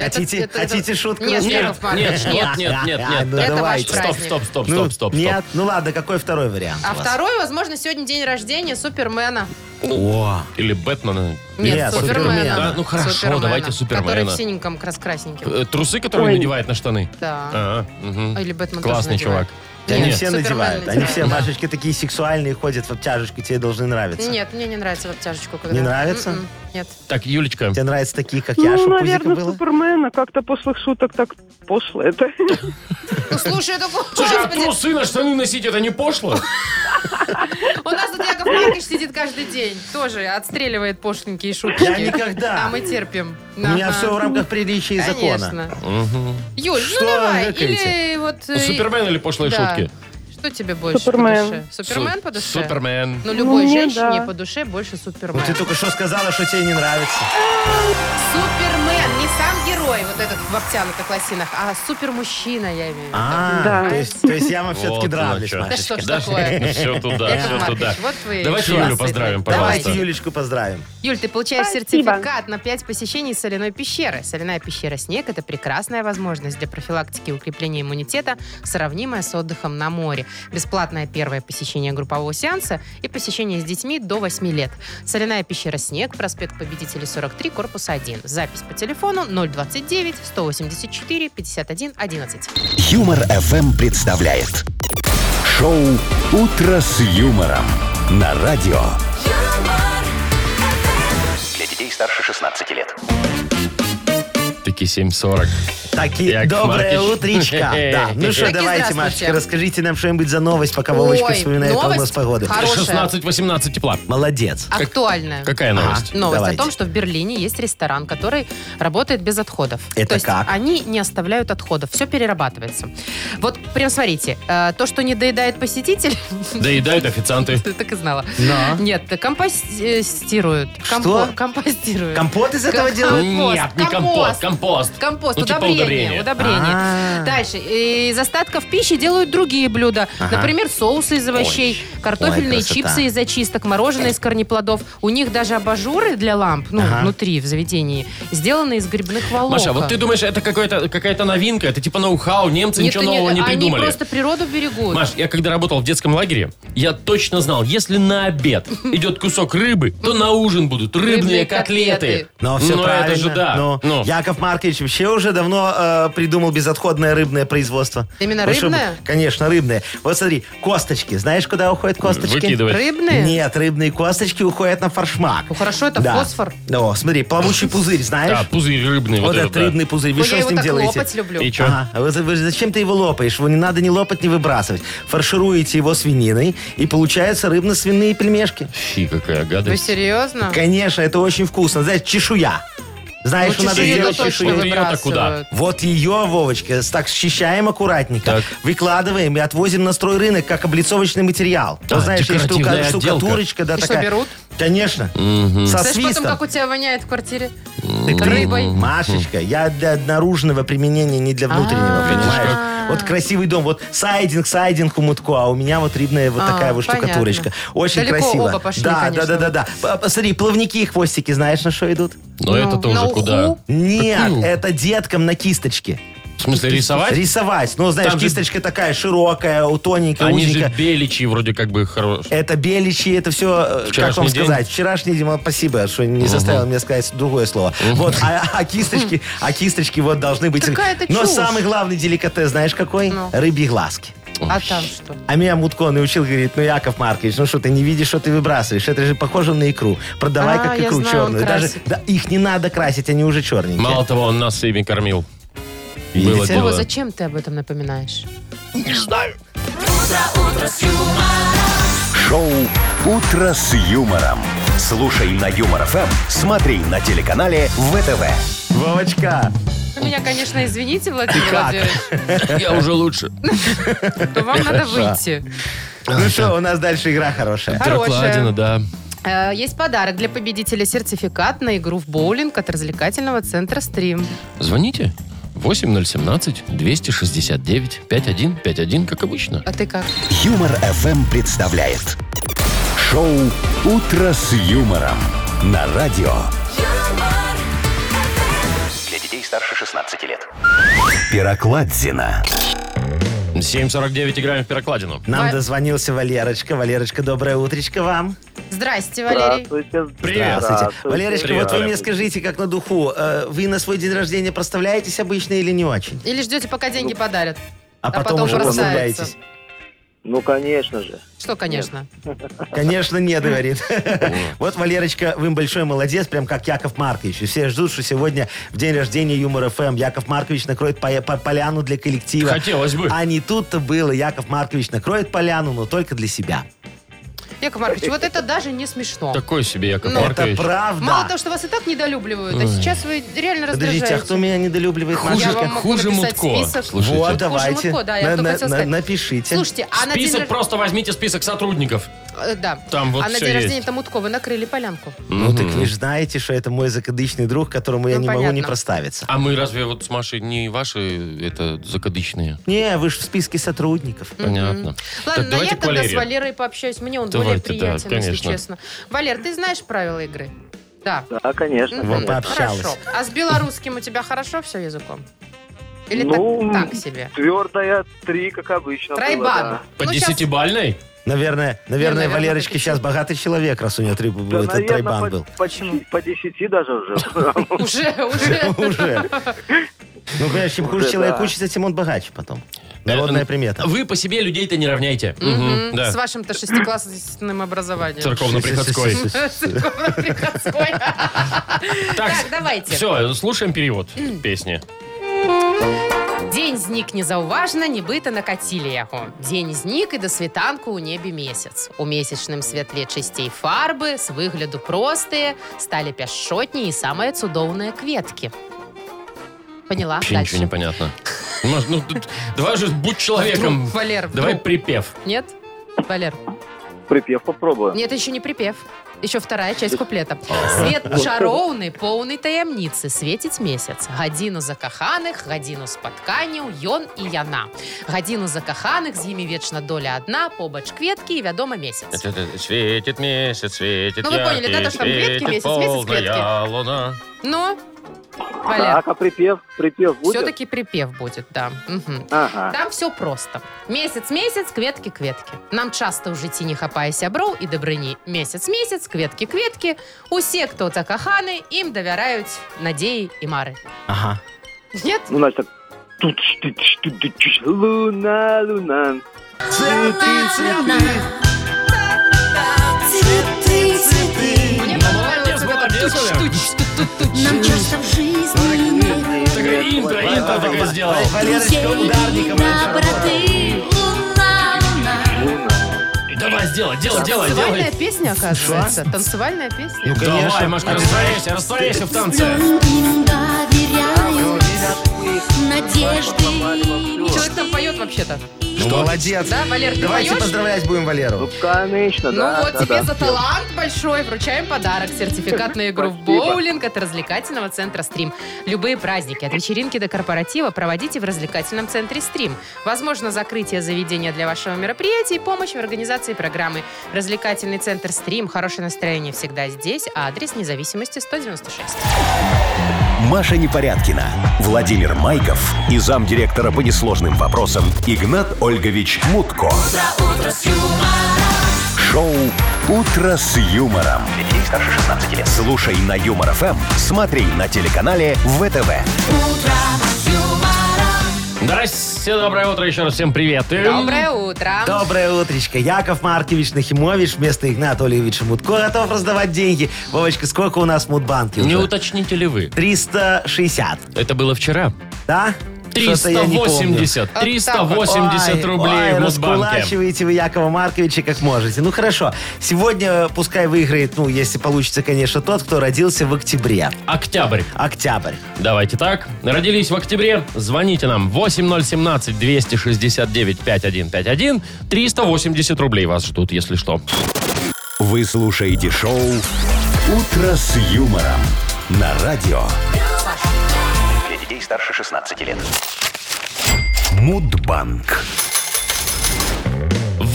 Speaker 3: Хотите,
Speaker 4: Это- это-
Speaker 3: хотите шутку?
Speaker 4: Нет,
Speaker 3: рассказать?
Speaker 4: Яков Маркович.
Speaker 2: нет, нет, нет, нет, нет.
Speaker 3: Ну,
Speaker 4: Это ваш
Speaker 3: давайте.
Speaker 2: Стоп,
Speaker 4: праздник.
Speaker 2: стоп, стоп,
Speaker 3: Ну,
Speaker 2: стоп, стоп, стоп.
Speaker 3: Нет, ну ладно, какой второй вариант
Speaker 4: А
Speaker 3: у вас?
Speaker 4: второй, возможно, сегодня день рождения Супермена.
Speaker 3: О,
Speaker 2: Или Бэтмена.
Speaker 4: Нет,
Speaker 3: Нет,
Speaker 4: Супермена.
Speaker 3: Э, Супермена.
Speaker 2: Да, ну хорошо, давайте Супермена.
Speaker 4: Который в синеньком, как раз красненьким.
Speaker 2: Э, Трусы, которые
Speaker 5: Ой.
Speaker 2: надевает на штаны.
Speaker 3: Э,
Speaker 4: Да.
Speaker 2: А, мгм.
Speaker 4: Или Бэтмен тоже
Speaker 2: Классный чувак.
Speaker 4: надевает.
Speaker 3: они
Speaker 2: Нет.
Speaker 3: все
Speaker 4: Супермен
Speaker 3: надевают. Они
Speaker 4: надевает.
Speaker 3: все,
Speaker 4: Да.
Speaker 3: Машечки, такие сексуальные ходят в обтяжечку. Тебе должны нравиться.
Speaker 4: Э, Нет, мне не нравится в обтяжечку. Когда...
Speaker 3: Не нравится?
Speaker 4: М-м, Нет.
Speaker 2: Так, Юлечка,
Speaker 3: Тебе нравятся такие, как я,
Speaker 5: Ну,
Speaker 3: чтобы пузико
Speaker 5: наверное,
Speaker 3: было?
Speaker 5: Супермена. Как-то пошлых шуток так пошло это.
Speaker 4: Ну, слушай, это...
Speaker 2: Слушай, а
Speaker 4: Господи,
Speaker 2: трусы на штаны носить, это не пошло?
Speaker 4: у нас тут Яков Маркович сидит каждый день, тоже отстреливает пошленьки и шутки.
Speaker 3: Я никогда.
Speaker 4: А мы терпим.
Speaker 3: У меня
Speaker 4: Ага.
Speaker 3: все в рамках приличия и закона.
Speaker 4: Конечно. Юль,
Speaker 3: Что
Speaker 4: ну давай,
Speaker 3: вы говорите?
Speaker 4: или вот... э,
Speaker 2: А Ну, Супермен или пошлые
Speaker 4: да.
Speaker 2: шутки?
Speaker 4: Что тебе больше
Speaker 5: Супермен.
Speaker 4: по душе? Супермен
Speaker 2: Су-
Speaker 4: по душе?
Speaker 2: Супермен.
Speaker 4: Ну, любой
Speaker 5: мне
Speaker 4: женщине
Speaker 5: да.
Speaker 4: по душе больше Супермен.
Speaker 3: Ну ты только что сказала, что тебе не нравится.
Speaker 4: Супермен, не сам герой, вот этот в обтянутых лосинах, а супермужчина, я имею в виду.
Speaker 3: А,
Speaker 5: Да.
Speaker 3: то есть, то есть я вам все-таки
Speaker 2: Вот оно
Speaker 3: нравлюсь,
Speaker 2: чё.
Speaker 4: Да что
Speaker 3: Ну, Машечка.
Speaker 4: ж такое?
Speaker 2: Все туда,
Speaker 4: Яков
Speaker 2: все
Speaker 4: Маркович,
Speaker 2: туда.
Speaker 4: вот вы
Speaker 2: Давайте
Speaker 4: классный
Speaker 2: Юлю поздравим,
Speaker 4: такой.
Speaker 2: пожалуйста.
Speaker 3: Давайте
Speaker 4: Давай.
Speaker 3: Юлечку поздравим.
Speaker 4: Юль, ты получаешь
Speaker 5: Спасибо.
Speaker 4: сертификат на 5 посещений соляной пещеры. Соляная пещера «Снег» — это прекрасная возможность для профилактики и укрепления иммунитета, сравнимая с отдыхом на море. Бесплатное первое посещение группового сеанса и посещение с детьми до 8 лет. Соляная пещера «Снег», проспект Победителей, 43, корпус 1. Запись по телефону 029-184-51-11.
Speaker 1: Юмор FM представляет шоу Утро с юмором на радио. Для детей старше 16 лет.
Speaker 2: Таки 7.40.
Speaker 3: Такие
Speaker 2: Яков
Speaker 3: доброе
Speaker 2: Маркович.
Speaker 3: утречко. Да. Ну что,
Speaker 4: Таки
Speaker 3: давайте,
Speaker 4: здравствуйте.
Speaker 3: Машечка, расскажите нам что-нибудь за новость, пока Вовочка
Speaker 4: Ой,
Speaker 3: вспоминает прогноз
Speaker 4: новость?
Speaker 3: погоды.
Speaker 4: Хорошая.
Speaker 2: 16-18 тепла.
Speaker 3: Молодец.
Speaker 4: Актуальная.
Speaker 2: Какая новость?
Speaker 4: А, Новость
Speaker 3: Давайте.
Speaker 4: о том, что в Берлине есть ресторан, который работает без отходов.
Speaker 3: Это
Speaker 4: То есть
Speaker 3: как?
Speaker 4: они не оставляют отходов, все перерабатывается. Вот прям смотрите, э, то, что не доедает посетитель,
Speaker 2: Доедают официанты.
Speaker 4: ты так и знала.
Speaker 3: Но.
Speaker 4: Нет, компостируют. Компо-
Speaker 3: Что?
Speaker 4: Компостируют.
Speaker 3: Компот из этого
Speaker 4: Как-
Speaker 3: делают?
Speaker 2: Нет, не компот,
Speaker 4: Компост.
Speaker 2: компост.
Speaker 4: Компост,
Speaker 2: Ну, типа удобрение.
Speaker 4: удобрение, удобрение.
Speaker 3: А.
Speaker 4: Дальше. э, Из остатков пищи делают другие блюда.
Speaker 3: Ага.
Speaker 4: Например, соусы из овощей,
Speaker 3: Ой,
Speaker 4: картофельные
Speaker 3: красота.
Speaker 4: чипсы из зачисток, мороженое из корнеплодов. У них даже абажуры для ламп, ну,
Speaker 3: Ага.
Speaker 4: внутри, в заведении, сделаны из грибных волокон.
Speaker 2: Маша, вот ты думаешь, это какой-то- какая-то новинка? Это типа ноу-хау, немцы
Speaker 4: Нет,
Speaker 2: ничего
Speaker 4: нет,
Speaker 2: нового не
Speaker 4: Они
Speaker 2: придумали.
Speaker 4: просто природу берегут.
Speaker 2: Маш, я когда работал в детском лагере, я точно знал, если на обед идет кусок рыбы, то на ужин будут рыбные
Speaker 4: Рыбные
Speaker 2: котлеты.
Speaker 4: котлеты.
Speaker 3: Но все
Speaker 2: Ну,
Speaker 3: правильно.
Speaker 2: это же да.
Speaker 3: Ну,
Speaker 2: Ну.
Speaker 3: Яков Маркович вообще уже давно э, придумал безотходное рыбное производство.
Speaker 4: Именно
Speaker 3: Вот чтобы-
Speaker 4: рыбное?
Speaker 3: Конечно, рыбное. Вот смотри, косточки. Знаешь, куда уходят косточки?
Speaker 2: Выкидывать.
Speaker 4: Рыбные?
Speaker 3: Нет, рыбные косточки уходят на форшмак.
Speaker 4: Ну, хорошо, это фосфор.
Speaker 3: О, смотри, плавучий пузырь, знаешь?
Speaker 2: Да, А, пузырь рыбный.
Speaker 3: Вот,
Speaker 2: Вот,
Speaker 3: этот
Speaker 2: это, да.
Speaker 3: рыбный пузырь. Вы
Speaker 4: Ну,
Speaker 3: что с
Speaker 4: я его
Speaker 3: ним
Speaker 4: так
Speaker 3: делаете?
Speaker 4: лопать люблю.
Speaker 2: И чё?
Speaker 3: Ага. А вы- вы- зачем ты его лопаешь? Его не надо ни лопать, ни выбрасывать. Фаршируете его свининой, и получаются рыбно-свиные пельмешки.
Speaker 2: Фи, какая
Speaker 4: Вы
Speaker 2: гадость. А.
Speaker 4: серьезно?
Speaker 3: Конечно, это очень вкусно. Знаешь, чешуя. Знаешь, что
Speaker 4: Ну,
Speaker 3: надо
Speaker 4: чешую
Speaker 3: сделать
Speaker 2: чешую.
Speaker 4: точно
Speaker 3: чешую.
Speaker 2: Вот её-то
Speaker 4: выбрасывают.
Speaker 2: куда?
Speaker 3: Вот ее, Вовочка, с- так счищаем аккуратненько,
Speaker 2: Так.
Speaker 3: выкладываем и отвозим на строй рынок как облицовочный материал.
Speaker 2: А,
Speaker 3: Вот знаешь, есть штука-
Speaker 2: декоративная отделка.
Speaker 3: штукатурочка, да,
Speaker 4: И что,
Speaker 3: такая.
Speaker 4: берут?
Speaker 3: Конечно. Со
Speaker 4: Знаешь, потом,
Speaker 3: свистом.
Speaker 4: как у тебя воняет в квартире?
Speaker 3: Ты-
Speaker 4: рыбой.
Speaker 3: Машечка, я для одноружного применения, не для внутреннего,
Speaker 4: А,
Speaker 3: понимаешь? Вот красивый дом, вот сайдинг, сайдинг у Мутко, а у меня вот рыбная вот
Speaker 4: А,
Speaker 3: такая вот
Speaker 4: понятно.
Speaker 3: штукатурочка. Очень
Speaker 4: Далеко
Speaker 3: красиво.
Speaker 4: оба пошли,
Speaker 3: Да, да,
Speaker 4: конечно.
Speaker 3: да, да, да. П- Посмотри, плавники и хвостики, знаешь, на что идут?
Speaker 2: Но это-то уже
Speaker 4: на уху?
Speaker 2: куда?
Speaker 3: Нет, это деткам на кисточке.
Speaker 2: В смысле, рисовать?
Speaker 3: Рисовать. Ну, знаешь,
Speaker 2: Там же-
Speaker 3: кисточка такая широкая, у тоненькая,
Speaker 2: А Они же
Speaker 3: узенькая.
Speaker 2: беличьи вроде как бы
Speaker 4: Э,
Speaker 2: хорошие.
Speaker 3: Это беличи, это все, как
Speaker 2: Вчерашний
Speaker 3: вам
Speaker 2: день?
Speaker 3: сказать, вчерашний Дима, спасибо, что не заставил меня сказать другое слово. Вот, а, а кисточки, а кисточки вот должны быть.
Speaker 4: Какая-то
Speaker 3: Но
Speaker 4: чушь.
Speaker 3: самый главный деликатес, знаешь какой?
Speaker 4: Ну.
Speaker 3: Рыбьи глазки.
Speaker 4: А там что?
Speaker 3: А меня Мутко научил, говорит, ну, Яков Маркович, ну что, ты не видишь, что ты выбрасываешь? Это же похоже на икру. Продавай
Speaker 4: А,
Speaker 3: как
Speaker 4: я
Speaker 3: икру
Speaker 4: знаю, он
Speaker 3: черную. Даже
Speaker 4: красит.
Speaker 3: да, их не надо красить, они уже черненькие.
Speaker 2: Мало того, он нас ими кормил.
Speaker 3: Видите?
Speaker 2: Было
Speaker 4: Вова,
Speaker 2: дело.
Speaker 4: зачем ты об этом напоминаешь?
Speaker 1: Шоу Утро с юмором. Слушай на Юмор ФМ, смотри на телеканале ВТВ.
Speaker 3: Вовочка,
Speaker 4: Вы Ну, меня, конечно, извините, Владимир
Speaker 3: как?
Speaker 4: Владимирович,
Speaker 2: Я уже лучше.
Speaker 4: но вам надо выйти.
Speaker 3: ну что, у нас дальше игра хорошая.
Speaker 4: Хорошая.
Speaker 2: Тракладина, да.
Speaker 4: Э, Есть подарок для победителя сертификат на игру в боулинг от развлекательного центра «Стрим».
Speaker 2: Звоните. 8017-269-5151, как обычно.
Speaker 4: А ты как?
Speaker 1: Юмор FM представляет шоу Утро с юмором на радио. Для детей старше 16 лет. Пирокладзина.
Speaker 2: 7.49 играем в перекладину.
Speaker 3: Нам
Speaker 4: Ва-
Speaker 3: дозвонился Валерочка. Валерочка, доброе утречко вам.
Speaker 4: Здрасте, Валерий.
Speaker 6: Здравствуйте.
Speaker 2: Привет.
Speaker 3: Здравствуйте. Валерочка,
Speaker 2: Привет,
Speaker 3: вот вы
Speaker 2: Валя.
Speaker 3: мне скажите, как на духу, э, вы на свой день рождения проставляетесь обычно или не очень?
Speaker 4: Или ждете, пока деньги подарят?
Speaker 3: А,
Speaker 4: А
Speaker 3: потом,
Speaker 4: потом
Speaker 3: уже
Speaker 4: бросается.
Speaker 3: расслабляетесь?
Speaker 6: Ну, конечно же.
Speaker 4: Что, конечно.
Speaker 3: Конечно, нет, говорит. Вот, Валерочка, вы большой молодец, прям как Яков Маркович. И Все ждут, что сегодня в день рождения Юмор ФМ Яков Маркович накроет пая- по- поляну для коллектива.
Speaker 2: Хотелось бы.
Speaker 3: А не тут-то было. Яков Маркович накроет поляну, но только для себя.
Speaker 4: Яков Маркович, вот это даже не смешно.
Speaker 2: Такой себе, Яков
Speaker 4: Ну,
Speaker 3: Это
Speaker 2: Маркович.
Speaker 3: правда.
Speaker 4: Мало того, что вас и так недолюбливают, а сейчас вы
Speaker 3: Подождите,
Speaker 4: реально
Speaker 3: а
Speaker 4: раздражаете.
Speaker 3: кто меня недолюбливает?
Speaker 4: Я
Speaker 2: Хуже,
Speaker 4: вам могу
Speaker 2: хуже
Speaker 4: написать
Speaker 2: Мутко.
Speaker 4: список.
Speaker 2: Слушайте.
Speaker 3: Вот,
Speaker 2: Хуже
Speaker 3: давайте.
Speaker 4: Мутко, да, я только хотела сказать.
Speaker 3: Напишите.
Speaker 4: Слушайте, а на день
Speaker 2: Список
Speaker 4: рож-
Speaker 2: просто возьмите список сотрудников.
Speaker 4: Э, Да.
Speaker 2: Там вот
Speaker 4: а на
Speaker 2: всё
Speaker 4: день
Speaker 2: есть.
Speaker 4: рождения-то Мутко вы накрыли полянку.
Speaker 3: Ну, так вы же знаете, что это мой закадычный друг, которому я
Speaker 4: Ну,
Speaker 3: не могу не
Speaker 4: понятно.
Speaker 3: проставиться.
Speaker 2: А мы разве вот с Машей не ваши это закадычные?
Speaker 3: Не, вы же в списке сотрудников.
Speaker 2: Понятно.
Speaker 4: Ладно,
Speaker 2: так,
Speaker 4: но
Speaker 2: давайте
Speaker 4: я
Speaker 2: к
Speaker 4: тогда
Speaker 2: Валерии.
Speaker 4: с Валерой пообщаюсь. Мне он более
Speaker 2: Давайте,
Speaker 4: приятен,
Speaker 2: да,
Speaker 4: если
Speaker 2: конечно.
Speaker 4: честно. Валер, ты знаешь правила игры? Да.
Speaker 6: Да, конечно.
Speaker 4: Мгм.
Speaker 3: Вот пообщалась.
Speaker 4: Хорошо. А с белорусским у тебя хорошо все языком? Или
Speaker 6: Ну,
Speaker 4: так, так себе?
Speaker 6: Твердая три, как обычно. было,
Speaker 4: Тройбан.
Speaker 6: да.
Speaker 2: По
Speaker 4: Ну, щас-
Speaker 2: десятибальной?
Speaker 3: Наверное, наверное,
Speaker 4: наверное,
Speaker 3: Валерочка
Speaker 4: так и
Speaker 3: сейчас
Speaker 4: всё.
Speaker 3: богатый человек, раз у нее три,
Speaker 6: Да,
Speaker 3: этот
Speaker 6: наверно,
Speaker 3: тройбан
Speaker 6: по-
Speaker 3: был.
Speaker 6: Почти по десяти даже уже.
Speaker 4: Уже, уже.
Speaker 3: Уже. Ну, понимаешь, чем хуже
Speaker 6: Уже
Speaker 3: человек
Speaker 6: да.
Speaker 3: учится, тем он богаче потом. Народная
Speaker 2: Э,
Speaker 3: примета.
Speaker 2: Вы по себе людей-то не равняйте.
Speaker 4: Мгм.
Speaker 2: Мгм, Да.
Speaker 4: С вашим-то шестиклассным образованием.
Speaker 2: Церковно-приходской.
Speaker 4: Церковно-приходской. Так, давайте.
Speaker 2: Все, слушаем перевод песни.
Speaker 4: А День зник незауважно, нібито накатілі яго. Дзень знік і да світанку ў небе месяц. У месячным святле чысцей фарбы, з выгляду простыя, сталі пяшчотні і самыя цудоўныя кветкі. Поняла?
Speaker 2: Вообще ничего не
Speaker 4: Дальше.
Speaker 2: понятно. Может, ну, тут- давай же будь
Speaker 4: Вдруг,
Speaker 2: человеком.
Speaker 4: Валер,
Speaker 2: Давай
Speaker 4: вдруг.
Speaker 2: припев.
Speaker 4: Нет? Валер.
Speaker 6: Припев попробую.
Speaker 4: Нет, еще не припев. Еще вторая часть куплета. Свет чароўны, поўны таямніцы, свеціць месяц. Гадзіну закаханых, гадзіну спатканняў, ён і яна. Гадзіну закаханых, з імі вечна доля адна, побач кветкі і, вядома, месяц.
Speaker 2: Светит месяц, светит
Speaker 4: Ну, вы поняли, да, то, что там кветки, месяц, месяц, кветки.
Speaker 2: луна.
Speaker 4: Но, Ну, Валер,
Speaker 6: Так, а припев? Припев будет?
Speaker 4: все-таки припев будет, да. Мгм.
Speaker 6: Ага.
Speaker 4: Там все просто. Месяц-месяц, кветкі-кветкі. Нам часта ў жыцці не хапае сяброў і дабрыні. Месяц-месяц, кветкі-кветкі. Усе, хто закаханы, ім давяраюць надзеі і мары.
Speaker 3: Ага.
Speaker 4: Нет?
Speaker 6: Ну, значит, так. Туч, тыч, ту, ды, чуч. Луна, луна.
Speaker 3: Цветы, цветы.
Speaker 7: Цветы, цветы
Speaker 4: Мне
Speaker 2: Молодец,
Speaker 4: понравилось вот это
Speaker 2: молодец, Валер.
Speaker 7: Нам часто в жизни
Speaker 2: Такая интро,
Speaker 6: Вот,
Speaker 2: интро
Speaker 6: вот,
Speaker 2: такое
Speaker 6: вот,
Speaker 2: сделал.
Speaker 3: Валерочка
Speaker 7: Друзей и
Speaker 3: ударником раньше
Speaker 7: доброты Луна, луна
Speaker 6: Луна.
Speaker 2: Давай, сделай, делай, делай,
Speaker 4: Танцевальная
Speaker 2: делай.
Speaker 4: песня, оказывается. Танцевальная
Speaker 2: Давай,
Speaker 4: песня.
Speaker 3: ну, конечно.
Speaker 2: Машка, растворяйся, растворяйся в танце.
Speaker 7: Слон им доверяют Надежды и
Speaker 4: Человек там поет вообще-то.
Speaker 3: Ну, Молодец.
Speaker 4: Да, Валер, ты
Speaker 3: Давайте
Speaker 4: поешь?
Speaker 3: поздравлять будем
Speaker 6: Ну,
Speaker 3: Валеру.
Speaker 6: конечно,
Speaker 4: Ну
Speaker 6: да.
Speaker 4: вот,
Speaker 6: да,
Speaker 4: тебе
Speaker 6: да.
Speaker 4: за талант большой вручаем подарок. Сертификат на игру в
Speaker 6: Спасибо.
Speaker 4: боулинг от развлекательного центра «Стрим». Любые праздники от вечеринки до корпоратива проводите в развлекательном центре «Стрим». Возможно, закрытие заведения для вашего мероприятия и помощь в организации программы. Развлекательный центр «Стрим». Хорошее настроение всегда здесь. А адрес независимости 196.
Speaker 1: Маша Непорядкина, Владимир Майков и замдиректора по несложным вопросам Игнат Ольгович Мутко. Шоу Утро с юмором. Для детей старше 16 лет. Слушай на юмор ФМ, смотри на телеканале ВТВ.
Speaker 2: Здрасте, доброе утро, еще раз всем привет. Э, И-
Speaker 4: Доброе утро.
Speaker 3: Доброе утречко. Яков Маркович Нахимович вместо Игната Олеговича Мутко готов раздавать деньги. Вовочка, сколько у нас в Мудбанке
Speaker 2: Не
Speaker 3: уже?
Speaker 2: уточните ли вы?
Speaker 3: 360,
Speaker 2: Это было вчера.
Speaker 3: да? Что-то я не помню.
Speaker 2: 380. 380
Speaker 3: Ой,
Speaker 2: рублей
Speaker 3: ой,
Speaker 2: в Мосбанке.
Speaker 3: раскулачиваете вы Якова Марковича как можете. Ну хорошо, сегодня э, пускай выиграет, ну если получится, конечно, тот, кто родился в октябре.
Speaker 2: Октябрь.
Speaker 3: Октябрь.
Speaker 2: Давайте так. Родились в октябре. Звоните нам 8017-269-5151. 380 рублей вас ждут, если что.
Speaker 1: Вы слушаете шоу Утро с юмором на радио. Для детей старше 16 лет. Мудбанк.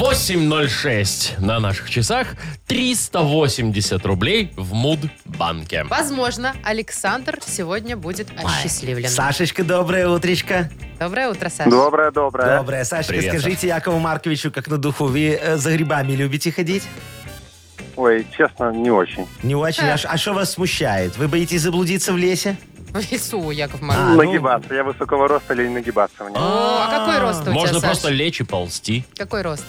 Speaker 2: 8.06 на наших часах. 380 рублей в Мудбанке.
Speaker 4: Возможно, Александр сегодня будет осчастливлен.
Speaker 3: Сашечка, доброе утречко.
Speaker 4: Доброе утро, Саша.
Speaker 6: Доброе, доброе.
Speaker 3: Доброе. Сашечка,
Speaker 2: Привет,
Speaker 3: скажите Якову Марковичу, как на духу, вы э, за грибами любите ходить?
Speaker 8: Ой, честно, не очень.
Speaker 3: Не очень. А ш- А что вас смущает? Вы боитесь заблудиться в лесе?
Speaker 4: В лесу, Яков
Speaker 3: А,
Speaker 4: Маркович.
Speaker 3: ну,
Speaker 8: Нагибаться. Я высокого роста или не нагибаться мне?
Speaker 4: О, а какой рост у тебя,
Speaker 2: Можно
Speaker 4: Саш?
Speaker 2: просто лечь и ползти.
Speaker 4: Какой рост?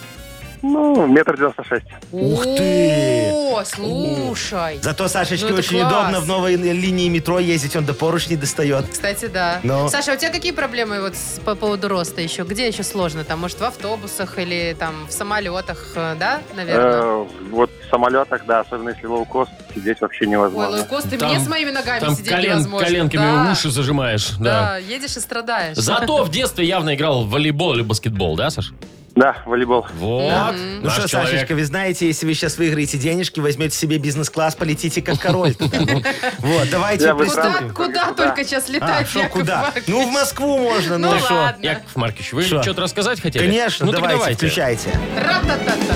Speaker 8: Ну, метр девяносто шесть.
Speaker 3: Ух ты!
Speaker 4: О, слушай.
Speaker 3: Зато Сашечке
Speaker 4: Ну, это
Speaker 3: очень
Speaker 4: класс.
Speaker 3: удобно в новой линии метро ездить, он до поручней достает.
Speaker 4: Кстати, да.
Speaker 3: Но-
Speaker 4: Саша, а у тебя какие проблемы вот с- по поводу роста еще? Где еще сложно? Там, может, в автобусах или там в самолетах, э, да, наверное?
Speaker 8: Э, вот в самолетах, да, особенно если лоукост, сидеть вообще
Speaker 4: Ой,
Speaker 8: невозможно.
Speaker 4: лоукост, ты
Speaker 2: Там-
Speaker 4: мне с моими ногами
Speaker 2: Там
Speaker 4: сидеть
Speaker 2: колен-
Speaker 4: невозможно.
Speaker 2: коленками
Speaker 4: Да,
Speaker 2: уши зажимаешь.
Speaker 4: Да.
Speaker 2: Да.
Speaker 4: едешь и страдаешь.
Speaker 2: Зато в детстве явно играл в волейбол или баскетбол, да, Саш?
Speaker 8: Да, волейбол.
Speaker 2: Вот.
Speaker 3: Ну что, Сашечка, вы знаете, если вы сейчас выиграете денежки, возьмете себе бизнес-класс, полетите как король. туда. Ну, Вот, давайте
Speaker 8: Я бы
Speaker 4: Куда,
Speaker 8: сразу-
Speaker 3: приступим.
Speaker 4: куда
Speaker 8: Да.
Speaker 4: только сейчас
Speaker 3: А,
Speaker 4: летать,
Speaker 3: шо,
Speaker 4: Яков
Speaker 3: куда?
Speaker 4: Маркович?
Speaker 3: Ну, в Москву можно, ну.
Speaker 4: Ну,
Speaker 3: шо.
Speaker 4: ладно.
Speaker 2: Яков Маркович, вы
Speaker 3: Что?
Speaker 2: что-то рассказать хотели?
Speaker 3: Конечно,
Speaker 2: ну, так
Speaker 3: давайте,
Speaker 2: давайте.
Speaker 3: включайте.
Speaker 4: Ра-та-та-та.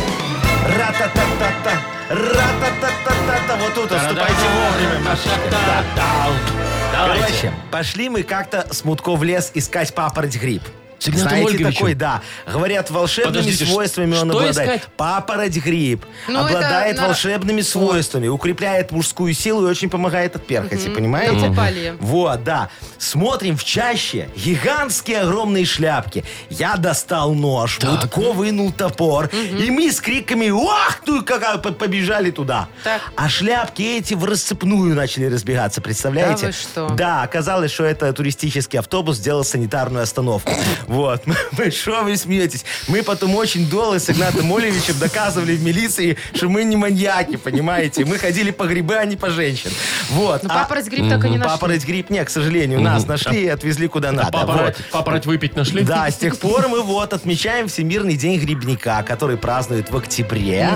Speaker 3: Ра-та-та-та-та. Ра-та-та-та-та-та. Вот тут вот, вступайте вовремя, Машечка. Да. Короче,
Speaker 2: Давайте.
Speaker 3: пошли мы как-то с Мутко в лес искать папороть гриб.
Speaker 2: Игнатом
Speaker 3: Знаете,
Speaker 2: Ольговичем?
Speaker 3: такой, да. Говорят, волшебными
Speaker 2: Подождите, ш-
Speaker 3: свойствами он
Speaker 2: что
Speaker 3: обладает.
Speaker 2: искать?
Speaker 3: Папороть гриб.
Speaker 4: Ну,
Speaker 3: обладает
Speaker 4: это на-
Speaker 3: волшебными свойствами, укрепляет мужскую силу и очень помогает от перхоти, понимаете?
Speaker 4: Накопали.
Speaker 3: Вот, да. Смотрим в чаще. Гигантские огромные шляпки. Я достал нож, Мутко вынул топор. И мы с криками «Ах ты!» как а, по- побежали туда.
Speaker 4: Так.
Speaker 3: А шляпки эти в расцепную начали разбегаться, представляете?
Speaker 4: Да вы что?
Speaker 3: Да, оказалось, что это туристический автобус сделал санитарную остановку. Вот. Мы- Мы, что вы смеетесь? Мы потом очень долго с Игнатом Олевичем доказывали в милиции, что мы не маньяки, понимаете? Мы ходили по грибы, а не по женщин. Вот.
Speaker 4: Ну,
Speaker 3: А-
Speaker 4: папороть гриб так и не нашли.
Speaker 3: Папороть гриб нет, к сожалению. Нас нашли и отвезли куда надо.
Speaker 2: Папороть,
Speaker 3: Вот.
Speaker 2: папороть выпить нашли?
Speaker 3: Да, с тех пор мы вот отмечаем Всемирный день грибника, который празднуют в октябре,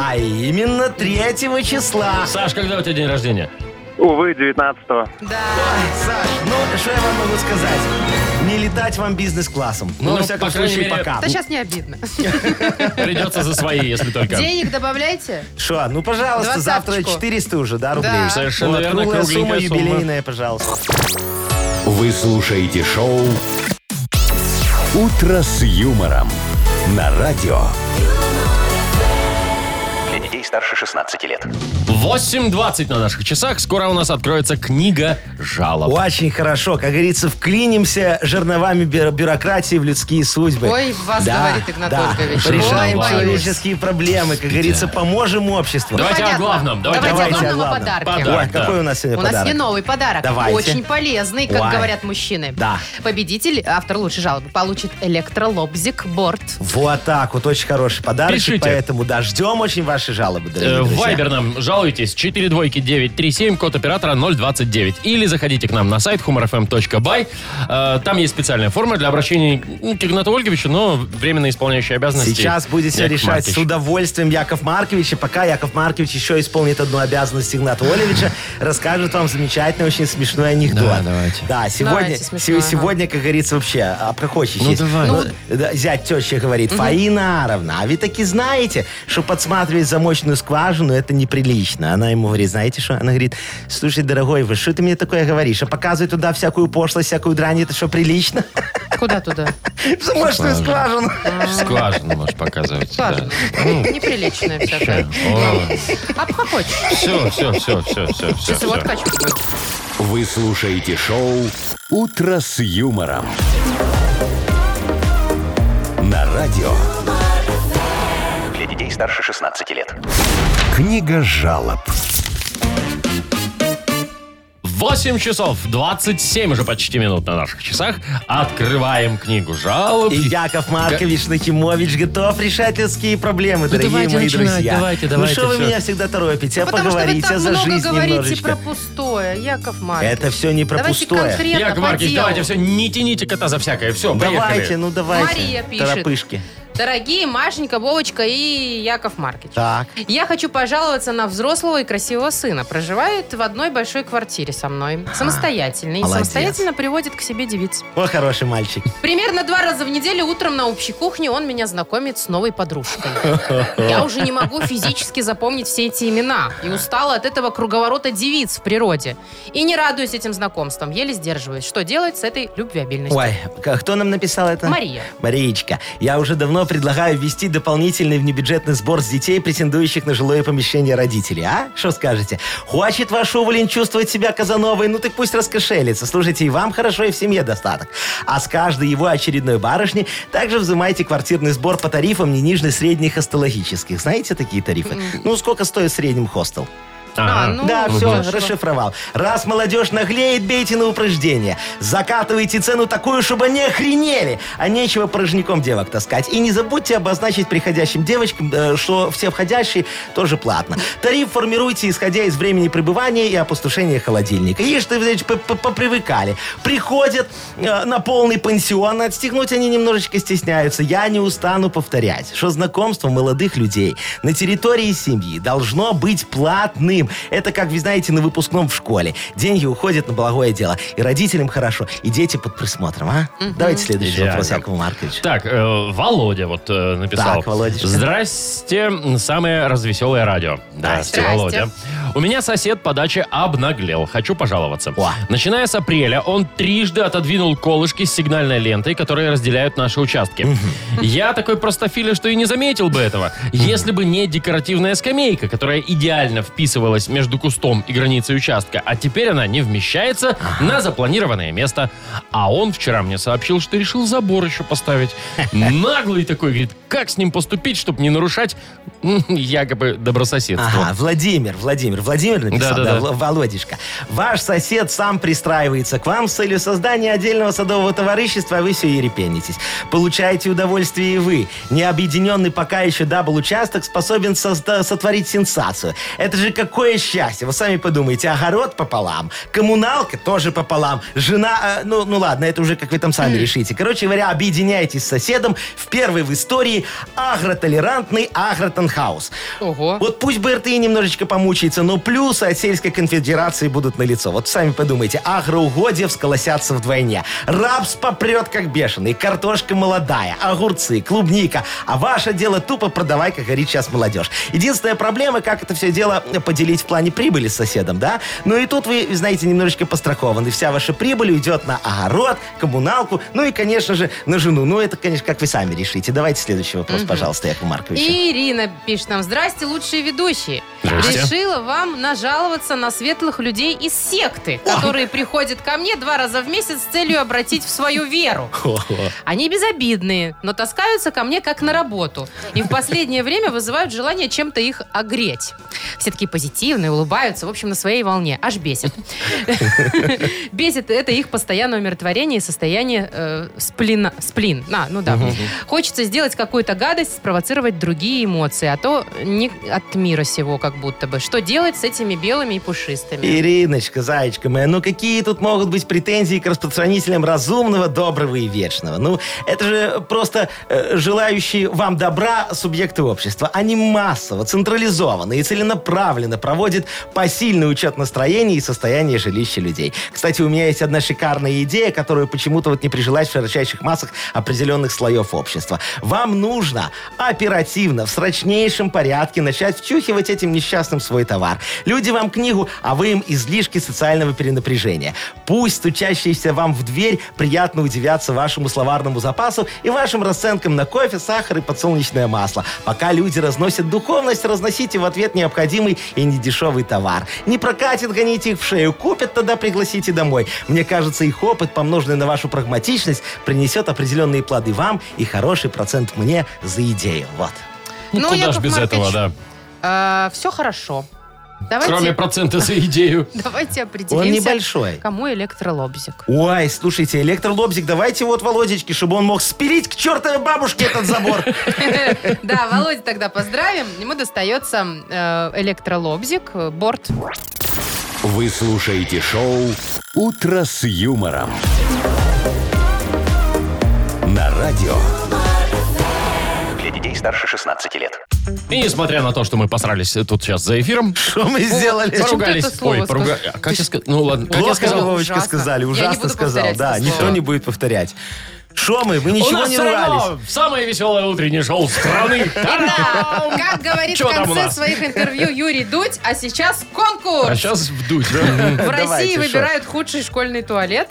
Speaker 3: а именно 3 числа.
Speaker 2: Саш, когда у тебя день рождения?
Speaker 8: Увы, 19-го.
Speaker 4: Да.
Speaker 3: Саш, ну что я вам могу сказать? Не летать вам бизнес-классом. Ну,
Speaker 2: Ну,
Speaker 3: во
Speaker 2: по
Speaker 3: всяком
Speaker 2: крайней
Speaker 3: случае,
Speaker 2: мере,
Speaker 3: пока.
Speaker 4: Да сейчас не обидно.
Speaker 2: Придется за свои, если только.
Speaker 4: Денег добавляйте?
Speaker 3: Что, ну, пожалуйста, завтра
Speaker 4: Двадцаточку.
Speaker 3: 400 уже, да, рублей?
Speaker 4: Да.
Speaker 2: Совершенно
Speaker 3: Вот,
Speaker 2: верно,
Speaker 3: круглая сумма,
Speaker 2: кругленькая сумма.
Speaker 3: юбилейная, пожалуйста.
Speaker 1: Вы слушаете шоу «Утро с юмором» на радио. Для детей старше 16 лет.
Speaker 2: 8.20 на наших часах. Скоро у нас откроется книга жалоб.
Speaker 3: Очень хорошо. Как говорится, вклинимся жерновами бю- бюрократии в людские судьбы.
Speaker 4: Ой, вас говорит Игнат
Speaker 3: да.
Speaker 4: Ольгович.
Speaker 2: Ой,
Speaker 3: Решаем
Speaker 2: боюсь.
Speaker 3: человеческие проблемы. Как говорится, поможем обществу.
Speaker 2: Давайте о
Speaker 4: Понятно.
Speaker 2: главном. Давайте,
Speaker 4: Давайте
Speaker 2: о главном.
Speaker 4: о главном о подарке.
Speaker 2: Подарок,
Speaker 3: Ой, какой
Speaker 2: да.
Speaker 3: у нас сегодня
Speaker 4: У
Speaker 3: Э, подарок?
Speaker 4: нас не новый подарок.
Speaker 3: Давайте.
Speaker 4: Очень полезный, как
Speaker 3: Ой.
Speaker 4: говорят мужчины.
Speaker 3: Да.
Speaker 4: Победитель, автор лучшей жалобы, получит электролобзик борт.
Speaker 3: Вот так вот, очень хороший подарок.
Speaker 2: Пишите.
Speaker 3: Поэтому, да, ждем очень ваши жалобы, дорогие
Speaker 2: Э, В
Speaker 3: друзья.
Speaker 2: Вайбер нам жалуйтесь 4 двойки 937, код оператора 029. Или заходите к нам на сайт humorfm.by. Э, Там есть специальная форма для обращения ну, к Игнату Ольговичу, но временно исполняющий обязанности.
Speaker 3: Сейчас будете
Speaker 2: Яков
Speaker 3: решать
Speaker 2: Маркович.
Speaker 3: с удовольствием Яков Маркович. И пока Яков Маркович еще исполнит одну обязанность Игната Олевича, расскажет вам замечательный, очень смешной анекдот.
Speaker 2: Да, давайте.
Speaker 3: Да, сегодня,
Speaker 4: Давайте, смешной,
Speaker 3: се- сегодня как говорится, вообще а
Speaker 2: Ну,
Speaker 3: обхохочетесь.
Speaker 2: давай.
Speaker 3: э, да, зять теща говорит, Фаина Аровна, а вы таки знаете, что подсматривать замочную скважину, это неприлично. Она ему говорит, знаете что? Она говорит, слушай, дорогой, вы что ты мне такое говоришь? А показывай туда всякую пошлость, всякую дрянь, это что, прилично?
Speaker 4: Куда туда?
Speaker 3: В замочную скважину.
Speaker 2: Скважину можешь показывать. да.
Speaker 4: Скажем. Неприличная всякая. Ну, Обхохочешь.
Speaker 2: Все, все, все, все, все, все.
Speaker 4: Сейчас его откачку.
Speaker 1: Вы слушаете шоу «Утро с юмором» на радио. Для детей старше 16 лет. Книга жалоб.
Speaker 2: 8 часов 27 уже почти минут на наших часах. Открываем книгу жалоб.
Speaker 3: И Яков Маркович Нахимович готов решать людские проблемы, дорогие
Speaker 2: Ну, давайте
Speaker 3: мои
Speaker 2: начинать,
Speaker 3: друзья.
Speaker 2: давайте,
Speaker 3: Ну
Speaker 2: давайте,
Speaker 3: что вы
Speaker 2: всё.
Speaker 3: меня всегда торопите? А
Speaker 4: Ну, Потому что вы
Speaker 3: поговорите
Speaker 4: так
Speaker 3: за
Speaker 4: много
Speaker 3: жизнь
Speaker 4: говорите
Speaker 3: немножечко.
Speaker 4: про пустое, Яков Маркович.
Speaker 3: Это все не про
Speaker 4: Давайте
Speaker 3: пустое.
Speaker 4: конкретно
Speaker 2: Яков
Speaker 4: по
Speaker 2: Маркович,
Speaker 4: делу.
Speaker 2: давайте все, не тяните кота за всякое. Все,
Speaker 3: Давайте, ну давайте.
Speaker 4: Мария пишет.
Speaker 3: Торопышки.
Speaker 4: Дорогие Машенька, Вовочка и Яков Маркович.
Speaker 3: Так.
Speaker 4: Я хочу пожаловаться на взрослого и красивого сына. Проживает в одной большой квартире со мной. Самостоятельный. И
Speaker 3: молодец.
Speaker 4: самостоятельно приводит к себе девиц.
Speaker 3: О, хороший мальчик.
Speaker 4: Примерно два раза в неделю утром на общей кухне он меня знакомит с новой подружкой. Я уже не могу физически запомнить все эти имена и устала от этого круговорота девиц в природе. И не радуюсь этим знакомствам, еле сдерживаюсь. Что делать с этой любвеобильностью?
Speaker 3: Ой, к- кто нам написал это?
Speaker 4: Мария.
Speaker 3: Мариечка, я уже давно предлагаю ввести дополнительный внебюджетный сбор с детей, претендующих на жилое помещение родителей. А? Что скажете? Хочет ваш уволень чувствовать себя Казановой? Ну так пусть раскошелится. Слушайте, и вам хорошо, и в семье достаток. А с каждой его очередной барышни также взимайте квартирный сбор по тарифам не ниже средних хостелогических. Знаете такие тарифы? Ну, сколько стоит в среднем хостел?
Speaker 4: А, ну,
Speaker 3: да, все,
Speaker 4: хорошо.
Speaker 3: расшифровал. Раз молодежь наглеет, бейте на упреждение. Закатывайте цену такую, чтобы они охренели, а нечего порожняком девок таскать. И не забудьте обозначить приходящим девочкам, э, что все входящие тоже платно. Тариф формируйте, исходя из времени пребывания и опустошения холодильника. Ишь ты, значит, п- п- попривыкали. Приходят э, на полный пансион, отстегнуть они немножечко стесняются. Я не устану повторять, что знакомство молодых людей на территории семьи должно быть платным. Это, как вы знаете, на выпускном в школе. Деньги уходят на благое дело. И родителям хорошо, и дети под присмотром, а? Давайте следующий
Speaker 2: Ясно.
Speaker 3: вопрос, Яков Маркович.
Speaker 2: Так, э, Володя вот э, написал.
Speaker 3: Так, Володечка.
Speaker 2: Здрасте, м, самое развеселое радио.
Speaker 3: Здрасте.
Speaker 2: Володя. У меня сосед по даче обнаглел. Хочу пожаловаться.
Speaker 3: О.
Speaker 2: Начиная с апреля он трижды отодвинул колышки с сигнальной лентой, которые разделяют наши участки. Я такой простофиля, что и не заметил бы этого, если бы не декоративная скамейка, которая идеально вписывалась между кустом и границей участка, а теперь она не вмещается на запланированное место. А он вчера мне сообщил, что решил забор еще поставить. Наглый такой, говорит, как с ним поступить, чтобы не нарушать м, якобы добрососедство.
Speaker 3: Ага, Владимир, Владимир, Владимир написал, да,
Speaker 2: Да-да-да.
Speaker 3: Вла- Володишка. Ваш сосед сам пристраивается к вам с целью создания отдельного садового товарищества, а вы все ерепенитесь. Получаете удовольствие и вы. Необъединенный пока еще дабл-участок способен созда- сотворить сенсацию. Это же какое счастье. Вы сами подумайте, огород пополам, коммуналка тоже пополам, жена, э, ну, ну ладно, это уже как вы там сами решите. Короче говоря, объединяйтесь с соседом в первый в истории агротолерантный агротенхаус.
Speaker 4: Ого.
Speaker 3: Вот пусть БРТ немножечко помучается, но плюсы от сельской конфедерации будут налицо. Вот сами подумайте, агроугодья всколосятся вдвойне. Рапс попрет как бешеный, картошка молодая, огурцы, клубника. А ваше дело тупо продавай, как говорит сейчас молодежь. Единственная проблема, как это все дело поделить в плане прибыли с соседом, да? Ну и тут вы, знаете, немножечко пострахованы. Вся ваша прибыль уйдет на огород, коммуналку, ну и, конечно же, на жену. Ну это, конечно, как вы сами решите. Давайте следующий вопрос, пожалуйста, Яков Маркович.
Speaker 4: И Ирина пишет нам, здрасте, лучшие ведущие.
Speaker 2: Здрасте.
Speaker 4: Решила вам нажаловаться на светлых людей из секты, которые приходят ко мне два раза в месяц с целью обратить в свою веру. Они безобидные, но таскаются ко мне как на работу. И в последнее время вызывают желание чем-то их огреть. Все такие позитивные, улыбаются, в общем, на своей волне. Аж бесит. Бесит это их постоянное умиротворение и состояние э, сплина. Сплин. А, ну да. Хочется сделать какую-то гадость, спровоцировать другие эмоции, а то не от мира сего как будто бы. Что делать с этими белыми и пушистыми?
Speaker 3: Ириночка, зайчка моя, ну какие тут могут быть претензии к распространителям разумного, доброго и вечного? Ну, это же просто э, желающие вам добра субъекты общества. Они массово, централизованно и целенаправленно проводят посильный учет настроений и состояния жилища людей. Кстати, у меня есть одна шикарная идея, которую почему-то вот не прижилась в широчайших массах определенных слоев общества. Вам нужно оперативно, в срочнейшем порядке начать втюхивать этим несчастным свой товар. Люди вам книгу, а вы им излишки социального перенапряжения. Пусть стучащиеся вам в дверь приятно удивятся вашему словарному запасу и вашим расценкам на кофе, сахар и подсолнечное масло. Пока люди разносят духовность, разносите в ответ необходимый и недешевый товар. Не прокатит, гоните их в шею. Купят, тогда пригласите домой. Мне кажется, их опыт, помноженный на вашу прагматичность, принесет определенные плоды вам и хороший процент мне за идею. Вот.
Speaker 2: Ну,
Speaker 4: Ну,
Speaker 2: куда ж
Speaker 4: Яков
Speaker 2: без
Speaker 4: Маркович,
Speaker 2: этого, да.
Speaker 4: все А, хорошо.
Speaker 2: Кроме
Speaker 4: Давайте,
Speaker 2: процента за идею.
Speaker 4: давайте определимся,
Speaker 3: Он небольшой.
Speaker 4: кому электролобзик.
Speaker 3: Ой, слушайте, электролобзик, давайте вот Володечке, чтобы он мог спилить к чертовой бабушке этот забор.
Speaker 4: Да, Володя тогда поздравим. Ему достается э, электролобзик, э, борт.
Speaker 1: Вы слушаете шоу «Утро с юмором». На радио.
Speaker 9: Для детей старше 16 лет.
Speaker 2: И несмотря на то, что мы посрались тут сейчас за эфиром, ну,
Speaker 3: Что мы сделали?
Speaker 4: Зачем ты это
Speaker 2: поругались.
Speaker 4: слово
Speaker 2: Ой, поруга-
Speaker 4: сказал?
Speaker 2: а Как я сказал? Ну ладно, как я
Speaker 3: Плохо,
Speaker 2: сказал?
Speaker 3: Вовочка,
Speaker 4: Ужасно.
Speaker 3: сказали,
Speaker 4: Я не
Speaker 3: ужасно
Speaker 4: буду
Speaker 3: сказал.
Speaker 4: повторять
Speaker 3: Да,
Speaker 4: это
Speaker 3: никто
Speaker 4: слово.
Speaker 3: не будет повторять. Шо мы? Вы
Speaker 2: У
Speaker 3: ничего
Speaker 2: нас
Speaker 3: не
Speaker 2: все
Speaker 3: ругались.
Speaker 2: равно самое веселое утреннее шоу страны.
Speaker 4: А Да, как говорит
Speaker 2: Чё
Speaker 4: в
Speaker 2: там у
Speaker 4: конце
Speaker 2: нас?
Speaker 4: своих интервью Юрий Дудь, а сейчас конкурс.
Speaker 2: А сейчас вдуть.
Speaker 4: В России
Speaker 3: Давайте,
Speaker 4: выбирают худший школьный туалет,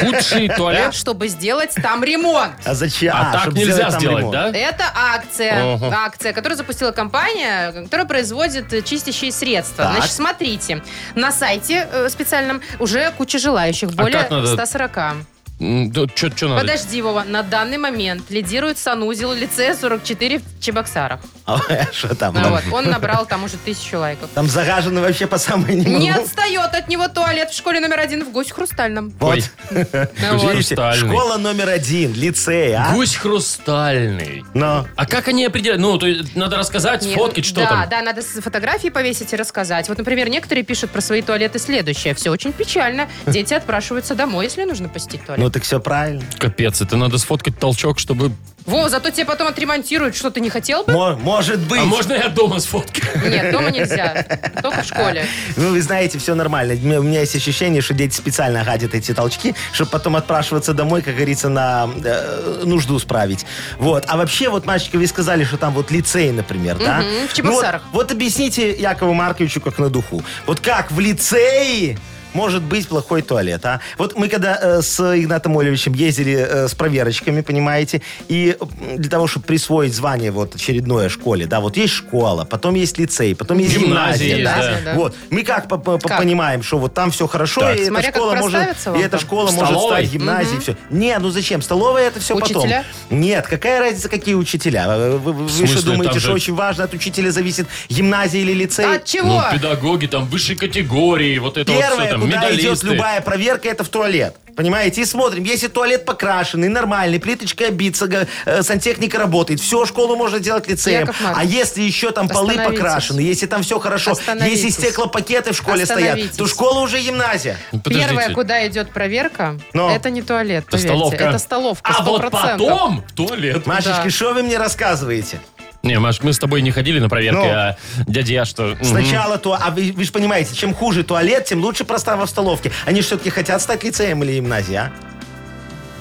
Speaker 2: Худший туалет.
Speaker 4: чтобы сделать там ремонт.
Speaker 3: А зачем?
Speaker 2: А так
Speaker 3: чтоб
Speaker 2: нельзя
Speaker 3: сделать там
Speaker 2: сделать,
Speaker 3: ремонт.
Speaker 2: да?
Speaker 4: Это акция,
Speaker 2: Ага.
Speaker 4: акция, которую запустила компания, которая производит э, чистящие средства.
Speaker 3: Так.
Speaker 4: Значит, смотрите, на сайте э, специальном уже куча желающих, более
Speaker 2: А как надо?
Speaker 4: 140.
Speaker 2: Что надо?
Speaker 4: Подожди, Вова, на данный момент лидирует санузел лицея 44 в Чебоксарах.
Speaker 3: А Что там?
Speaker 4: Ну
Speaker 3: Там-
Speaker 4: вот, он набрал там уже тысячу лайков.
Speaker 3: Там загажено вообще по самой не
Speaker 4: Не
Speaker 2: Ну.
Speaker 3: могу.
Speaker 4: отстает от него туалет в школе номер один в Гусь Хрустальном.
Speaker 2: Ой,
Speaker 4: Ну вот.
Speaker 2: Гусь
Speaker 3: Видите,
Speaker 2: хрустальный.
Speaker 3: Школа номер один, лицей, а?
Speaker 2: Гусь хрустальный.
Speaker 3: Но.
Speaker 2: А как они определяют? Ну, то есть надо рассказать,
Speaker 4: Нет,
Speaker 2: сфоткать, что
Speaker 4: да,
Speaker 2: там.
Speaker 4: Да, надо с- фотографии повесить и рассказать. Вот, например, некоторые пишут про свои туалеты следующее. Все очень печально. Дети отпрашиваются домой, если нужно посетить
Speaker 3: Ну
Speaker 4: туалет.
Speaker 3: так все правильно.
Speaker 2: Капец, это надо сфоткать толчок, чтобы...
Speaker 4: Во, зато тебе потом отремонтируют, что ты не хотел бы?
Speaker 3: Мо- может быть.
Speaker 2: А можно я дома сфоткаю?
Speaker 4: Нет, дома нельзя. Только в школе.
Speaker 3: Ну, вы знаете, все нормально. У меня- У меня есть ощущение, что дети специально гадят эти толчки, чтобы потом отпрашиваться домой, как говорится, на э, нужду справить. Вот. А вообще, вот, мальчики, вы сказали, что там вот лицей, например, да?
Speaker 4: Мгм, в
Speaker 3: Ну вот-
Speaker 4: Чебоксарах.
Speaker 3: вот, объясните Якову Марковичу как на духу. Вот как в лицее может быть плохой туалет, а? Вот мы когда э, с Игнатом Олевичем ездили э, с проверочками, понимаете, и м, для того, чтобы присвоить звание вот очередное школе, да, вот есть школа, потом есть лицей, потом есть
Speaker 2: Гимназия
Speaker 3: гимназия,
Speaker 2: есть,
Speaker 3: да?
Speaker 4: да.
Speaker 3: Вот. Мы как, по- по- по-
Speaker 4: Как?
Speaker 3: понимаем, что вот там все хорошо, и эта
Speaker 4: Смотря как
Speaker 3: школа может,
Speaker 4: проставится вам
Speaker 3: и эта
Speaker 4: там.
Speaker 3: школа
Speaker 2: В
Speaker 3: может
Speaker 2: столовой?
Speaker 3: стать гимназией, все. Не, ну зачем? Столовая это все
Speaker 4: Учителя?
Speaker 3: потом. Нет, какая разница, какие учителя? Вы, вы- вы
Speaker 2: смысле,
Speaker 3: что думаете,
Speaker 2: там
Speaker 3: что
Speaker 2: же-
Speaker 3: очень важно от учителя зависит гимназия или лицей?
Speaker 4: А от
Speaker 2: Ну,
Speaker 4: чего?
Speaker 2: педагоги там высшей категории, вот это вот все
Speaker 3: Первое,
Speaker 2: там,
Speaker 3: куда идет
Speaker 2: медалисты.
Speaker 3: любая проверка, это в туалет. Понимаете? И смотрим, если туалет покрашенный, нормальный, плиточка биться, э, сантехника работает, все, школу можно делать лицеем.
Speaker 4: Яков Маркович,
Speaker 3: А если еще там полы
Speaker 4: остановитесь.
Speaker 3: покрашены, если там все хорошо, если
Speaker 4: Остановитесь.
Speaker 3: стеклопакеты в школе стоят, то
Speaker 4: Остановитесь.
Speaker 3: школа уже гимназия.
Speaker 2: Ну, Подождите. Ну.
Speaker 4: Первое, куда идет проверка,
Speaker 3: Но.
Speaker 4: это не туалет,
Speaker 2: Это
Speaker 4: поверьте.
Speaker 2: столовка.
Speaker 4: Это столовка, 100%.
Speaker 2: А вот потом в туалет.
Speaker 3: Машечка,
Speaker 4: Да.
Speaker 3: что вы мне рассказываете?
Speaker 2: Не, Маш, мы с тобой не ходили на проверки,
Speaker 3: Ну.
Speaker 2: а дядя я что... мгм.
Speaker 3: Сначала то, а вы, вы же понимаете, чем хуже туалет, тем лучше простава в столовке. Они же все-таки хотят стать лицеем или гимназией, а?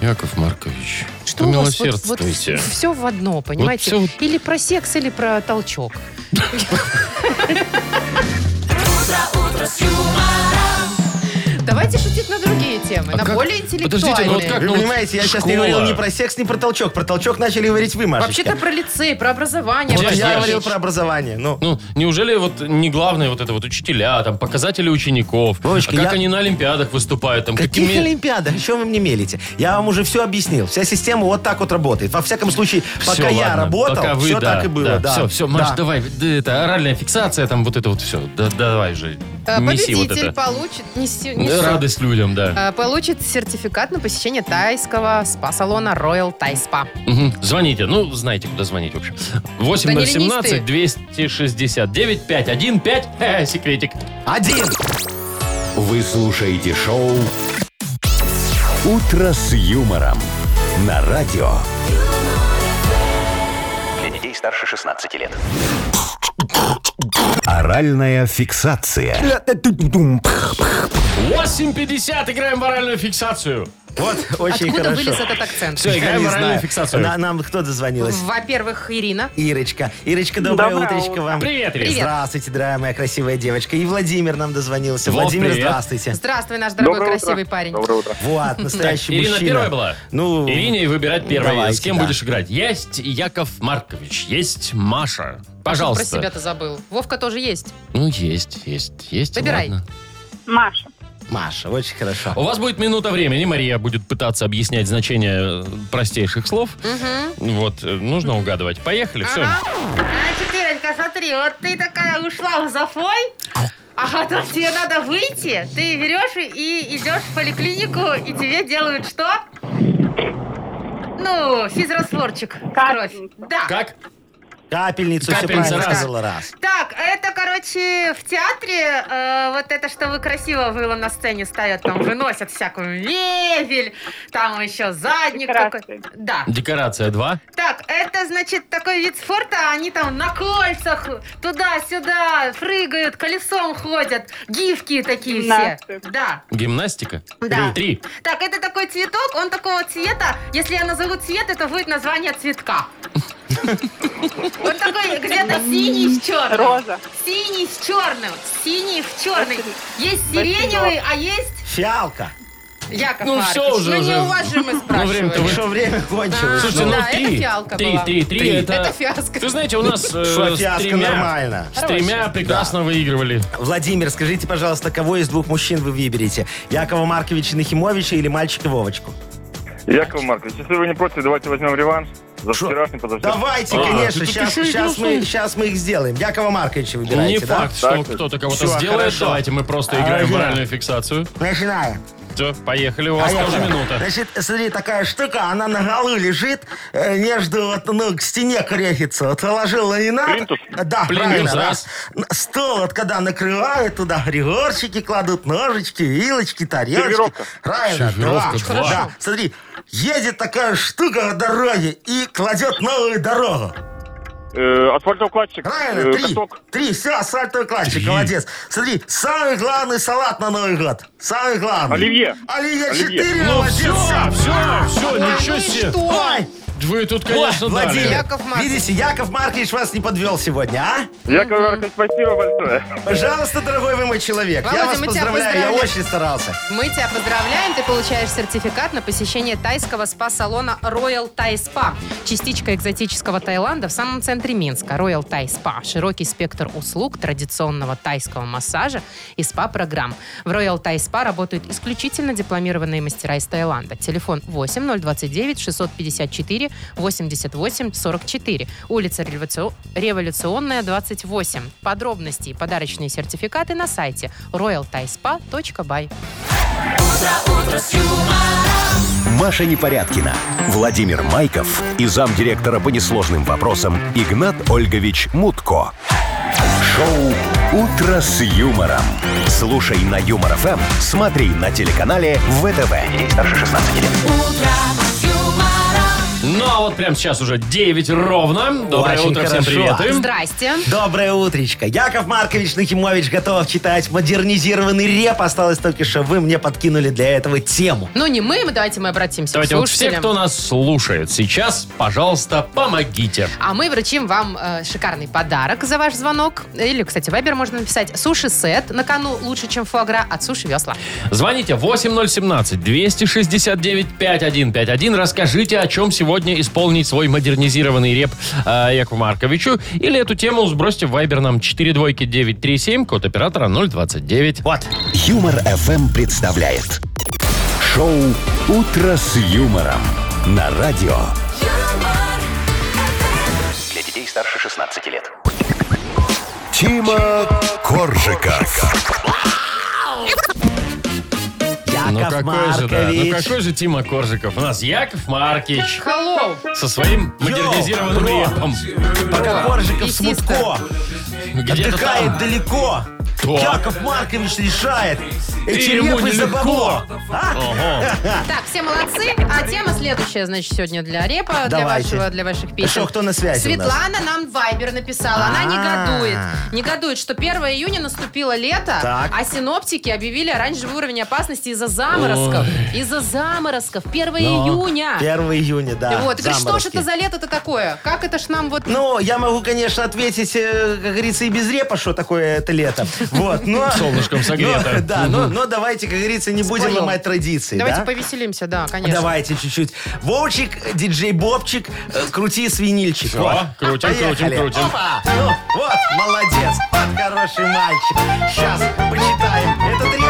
Speaker 2: Яков Маркович,
Speaker 4: Что у вас вот,
Speaker 2: помилосердствуйте.
Speaker 4: все в одно, понимаете?
Speaker 2: всё вот-
Speaker 4: Или про секс, или про толчок. Давайте шутить на другие темы,
Speaker 2: А
Speaker 4: на
Speaker 2: как-
Speaker 4: более
Speaker 2: подождите, ну
Speaker 4: интеллектуальные.
Speaker 2: вот как-
Speaker 3: Вы
Speaker 2: ну,
Speaker 3: понимаете, я сейчас не
Speaker 2: школа.
Speaker 3: говорил ни про секс, ни про толчок. Про толчок начали говорить вы, Машечка.
Speaker 4: Вообще-то про лицей, про образование.
Speaker 2: Вот
Speaker 4: про
Speaker 2: я
Speaker 3: Я
Speaker 4: школу.
Speaker 3: говорил про образование. Ну,
Speaker 2: Ну, неужели вот не главное вот это вот учителя, там, показатели учеников,
Speaker 3: Вовочка,
Speaker 2: а как
Speaker 3: я-
Speaker 2: они на олимпиадах выступают, там,
Speaker 3: каких
Speaker 2: какими...
Speaker 3: Олимпиадах? О чем вы мне мелите? Я вам уже все объяснил. Вся система вот так вот работает. Во всяком случае,
Speaker 2: Всё,
Speaker 3: пока я
Speaker 2: ладно,
Speaker 3: работал,
Speaker 2: пока вы,
Speaker 3: все
Speaker 2: да,
Speaker 3: так и было. Да.
Speaker 2: Все, все, Маш,
Speaker 3: Да.
Speaker 2: давай, да, это оральная фиксация, там, вот это вот все. Да, давай же,
Speaker 3: А,
Speaker 4: Э,
Speaker 2: неси вот
Speaker 4: Победитель
Speaker 2: это.
Speaker 4: получит... неси-
Speaker 2: Да,
Speaker 4: несет.
Speaker 2: Радость людям, да.
Speaker 4: Э, Получит сертификат на посещение тайского спа-салона Royal Thai Spa.
Speaker 2: Мгм. Звоните, ну, знаете, куда звонить, в общем. 8017 269 515 Э, секретик.
Speaker 3: Один.
Speaker 1: Вы слушаете шоу «Утро с юмором» на радио.
Speaker 9: Для детей старше 16 лет.
Speaker 1: Оральная фиксация.
Speaker 2: 8.50, играем в оральную фиксацию.
Speaker 3: Вот, очень
Speaker 4: Откуда
Speaker 3: хорошо.
Speaker 4: вылез этот акцент?
Speaker 2: Все,
Speaker 3: Я
Speaker 2: играем в
Speaker 3: не
Speaker 2: оральную
Speaker 3: знаю.
Speaker 2: фиксацию.
Speaker 3: На- Нам кто дозвонилась?
Speaker 4: Во-первых, Ирина.
Speaker 3: Ирочка. Ирочка, доброе,
Speaker 5: Доброе
Speaker 3: утречко
Speaker 5: утро.
Speaker 3: вам.
Speaker 2: Привет, Ирина.
Speaker 4: Привет.
Speaker 3: Здравствуйте, дорогая моя красивая девочка. И Владимир нам дозвонился.
Speaker 2: Вов,
Speaker 3: Владимир,
Speaker 2: привет.
Speaker 3: здравствуйте.
Speaker 4: Здравствуй, наш дорогой
Speaker 8: Доброе утро.
Speaker 4: красивый парень.
Speaker 8: Доброе утро.
Speaker 3: Вот, настоящий
Speaker 2: Ирина
Speaker 3: мужчина.
Speaker 2: первая была?
Speaker 3: Ну,
Speaker 2: Ирине выбирать первой.
Speaker 3: давайте,
Speaker 2: С кем
Speaker 3: да.
Speaker 2: будешь играть? Есть Яков Маркович, есть Маша.
Speaker 4: Что
Speaker 2: Пожалуйста.
Speaker 4: Про себя-то забыл. Вовка тоже есть.
Speaker 2: Ну, есть, есть, есть.
Speaker 4: Выбирай.
Speaker 2: ладно.
Speaker 5: Маша.
Speaker 3: Маша, очень хорошо.
Speaker 2: У вас будет минута времени. Мария будет пытаться объяснять значение э, простейших слов. Вот, э, нужно угадывать. Поехали, все.
Speaker 4: Ага. А, четверенька, смотри, вот ты такая ушла в зафой. Ага, там тебе надо выйти. Ты берешь и- и идешь в поликлинику, и тебе делают что? Ну, физрастворчик. в Кровь.
Speaker 5: Капельницу.
Speaker 4: Да.
Speaker 2: Как?
Speaker 3: Капельницу, все
Speaker 2: Капельница,
Speaker 3: правильно
Speaker 2: раз.
Speaker 3: сказала раз.
Speaker 4: Так, а это, короче, в театре э, вот это, что вы красиво было на сцене ставят, там выносят всякую мебель, там еще задник
Speaker 5: Декорации.
Speaker 4: какой. Да.
Speaker 2: Декорация 2.
Speaker 4: Так, это, значит, такой вид спорта, а они там на кольцах туда-сюда прыгают, колесом ходят, гифки такие все.
Speaker 5: Гимнасты.
Speaker 4: Да.
Speaker 2: Гимнастика.
Speaker 4: Да.
Speaker 2: Три.
Speaker 4: Так, это такой цветок, он такого цвета. Если я назову цвет, это будет название цветка. Он такой где-то синий с черным.
Speaker 5: Роза.
Speaker 4: Синий с черным. Синий в черный. Есть сиреневый, а есть
Speaker 3: Фиалка.
Speaker 4: Яков
Speaker 2: Ну,
Speaker 4: Маркович.
Speaker 2: всё уже,
Speaker 4: Ну, не
Speaker 2: уже.
Speaker 4: у вас же мы
Speaker 2: Ну, время-то
Speaker 4: спрашивали.
Speaker 2: вы-
Speaker 3: Что время кончилось?
Speaker 2: Слушайте, ну
Speaker 4: А. Да, это
Speaker 2: три.
Speaker 4: фиалка
Speaker 2: три,
Speaker 4: была.
Speaker 2: три, три,
Speaker 3: Три.
Speaker 2: это...
Speaker 4: Это фиаско.
Speaker 2: Вы знаете, у нас э,
Speaker 3: Что,
Speaker 2: с
Speaker 3: фиаско
Speaker 2: тремя,
Speaker 3: нормально.
Speaker 2: с тремя прекрасно выигрывали.
Speaker 3: Владимир, скажите, пожалуйста, кого из двух мужчин вы выберете? Якова Марковича Нахимовича или мальчика Вовочку?
Speaker 8: Яков Маркович, если вы не против, давайте возьмем реванш. За
Speaker 3: Шо?
Speaker 8: вчерашний, подожди.
Speaker 3: Давайте,
Speaker 2: А,
Speaker 3: конечно,
Speaker 2: ты тут
Speaker 3: сейчас,
Speaker 2: еще и
Speaker 3: сейчас, мы,
Speaker 2: голосуешь?
Speaker 3: сейчас мы их сделаем. Якова Марковича выбираете,
Speaker 2: Не
Speaker 3: да?
Speaker 2: факт, что
Speaker 8: Так,
Speaker 2: кто-то кого-то
Speaker 3: всё,
Speaker 2: сделает.
Speaker 3: хорошо.
Speaker 2: Давайте мы просто играем в
Speaker 3: Ага.
Speaker 2: моральную фиксацию.
Speaker 3: Начинаем.
Speaker 2: Все, поехали, у вас
Speaker 3: Поехали.
Speaker 2: тоже минута.
Speaker 3: А Значит, смотри, такая штука, она на голу лежит, э, между, вот, ну, к стене крепится. Вот положила и надо.
Speaker 8: Плинтус?
Speaker 3: Да,
Speaker 2: Плинтус,
Speaker 3: правильно.
Speaker 2: раз.
Speaker 3: да. Н- Стол, вот, когда накрывают, туда пригорщики кладут, ножички, вилочки, тарелочки.
Speaker 8: Сервировка.
Speaker 3: Правильно,
Speaker 2: Сервировка,
Speaker 3: два.
Speaker 2: два.
Speaker 3: Да, смотри, едет такая штука на дороге и кладет новую дорогу.
Speaker 8: Э, Асфальтоукладчик,
Speaker 3: Правильно,
Speaker 8: э,
Speaker 3: три.
Speaker 8: каток.
Speaker 3: Три, все, асфальтовый кладчик,
Speaker 2: Три.
Speaker 3: молодец. Смотри, самый главный салат на Новый год. Самый главный.
Speaker 8: Оливье.
Speaker 3: Оливье
Speaker 8: Оливье.
Speaker 3: 4,
Speaker 2: Ну
Speaker 3: молодец,
Speaker 2: все,
Speaker 3: всё.
Speaker 2: все, все,
Speaker 4: А ну
Speaker 2: ничего себе.
Speaker 3: Ой,
Speaker 2: Вы тут, конечно,
Speaker 3: Ой,
Speaker 2: дали.
Speaker 3: Владимир,
Speaker 4: Яков Маркович.
Speaker 3: видите, Яков Маркович вас не подвел сегодня, а?
Speaker 8: Яков Маркович, спасибо большое.
Speaker 3: Пожалуйста, дорогой вы мой человек,
Speaker 4: Володя,
Speaker 3: я вас
Speaker 4: мы тебя
Speaker 3: поздравляю, я
Speaker 4: поздравляем.
Speaker 3: очень старался.
Speaker 4: Мы тебя поздравляем, ты получаешь сертификат на посещение тайского спа-салона Royal Thai Spa. Частичка экзотического Таиланда в самом центре Минска. Royal Thai Spa – широкий спектр услуг традиционного тайского массажа и спа-программ. В Royal Thai Spa работают исключительно дипломированные мастера из Таиланда. Телефон 8 029 654 88 44. Улица Революцио- Революционная, 28. Подробности и подарочные сертификаты на сайте royalthaispa.by.
Speaker 1: Маша Непорядкина, Владимир Майков и замдиректора по несложным вопросам Игнат Ольгович Мутко. Шоу «Утро с юмором». Слушай на Юмор ФМ, смотри на телеканале ВТВ. Здесь старше 16 лет.
Speaker 2: Ну, а вот прямо сейчас уже 9 ровно. Доброе
Speaker 3: Очень
Speaker 2: утро, всем
Speaker 3: хорошо.
Speaker 2: привет.
Speaker 4: Здрасте.
Speaker 3: Доброе утречко. Яков Маркович Нахимович готов читать модернизированный реп. Осталось только, что вы мне подкинули для этого тему.
Speaker 4: Ну, не мы, мы- давайте мы обратимся
Speaker 2: Давайте
Speaker 4: к
Speaker 2: вот все,
Speaker 4: слушателям.
Speaker 2: кто нас слушает сейчас, пожалуйста, помогите.
Speaker 4: А мы вручим вам э, шикарный подарок за ваш звонок. Или, кстати, вайбер можно написать. Суши-сет на кону лучше, чем фуагра от суши-весла.
Speaker 2: Звоните 8017-269-5151. Расскажите, о чем сегодня исполнить свой модернизированный реп э, Якову Марковичу. Или эту тему сбросьте в Viber нам 42937, код оператора 029.
Speaker 3: Вот.
Speaker 1: Юмор ФМ представляет. Шоу «Утро с юмором» на радио.
Speaker 9: Для детей старше 16 лет.
Speaker 1: Тима Коржика.
Speaker 3: А Яков
Speaker 2: Ну какой же, да, ну
Speaker 3: Маркович.
Speaker 2: какой же Тима Коржиков? У нас Яков Маркич
Speaker 4: Hello.
Speaker 2: со своим модернизированным
Speaker 3: бро.
Speaker 2: репом.
Speaker 3: Пока Коржиков
Speaker 4: И
Speaker 3: с
Speaker 4: систа.
Speaker 3: Мутко
Speaker 2: Где-то
Speaker 3: отдыхает
Speaker 2: там.
Speaker 3: далеко.
Speaker 2: То.
Speaker 3: Яков Маркович решает. Эти
Speaker 2: ему
Speaker 3: репы за
Speaker 2: нелегко.
Speaker 3: бабло. А?
Speaker 2: Ого.
Speaker 4: Так, все молодцы. А тема следующая, значит, сегодня для репа, для,
Speaker 3: Давайте.
Speaker 4: вашего, для ваших песен.
Speaker 3: Что, кто на связи у нас?
Speaker 4: Светлана нам вайбер написала. Она
Speaker 3: А.
Speaker 4: негодует. Негодует, что 1 июня наступило лето,
Speaker 3: Так.
Speaker 4: а синоптики объявили оранжевый уровень опасности из-за заморозков. Из-за заморозков. 1
Speaker 3: Ну,
Speaker 4: июня.
Speaker 3: 1 июня, да.
Speaker 4: вот, говорит, что же
Speaker 3: А, заморозки.
Speaker 4: это за лето-то такое? Как это ж нам вот...
Speaker 3: Ну, я могу, конечно, ответить, э, как говорится, и без репа, что такое это лето. Вот, но...
Speaker 2: Солнышком согрето.
Speaker 3: Но, да, но, но давайте, как говорится, не будем
Speaker 4: Споем.
Speaker 3: ломать традиции,
Speaker 4: Давайте
Speaker 3: да? Ну,
Speaker 4: повеселимся, да, конечно.
Speaker 3: Давайте чуть-чуть. Вовчик, э, диджей Бобчик, э, крути свинильчик.
Speaker 2: Всё, крутим, крутим, крутим.
Speaker 3: Опа! Ну, вот, молодец. Вот хороший мальчик. Сейчас, почитаем этот реп.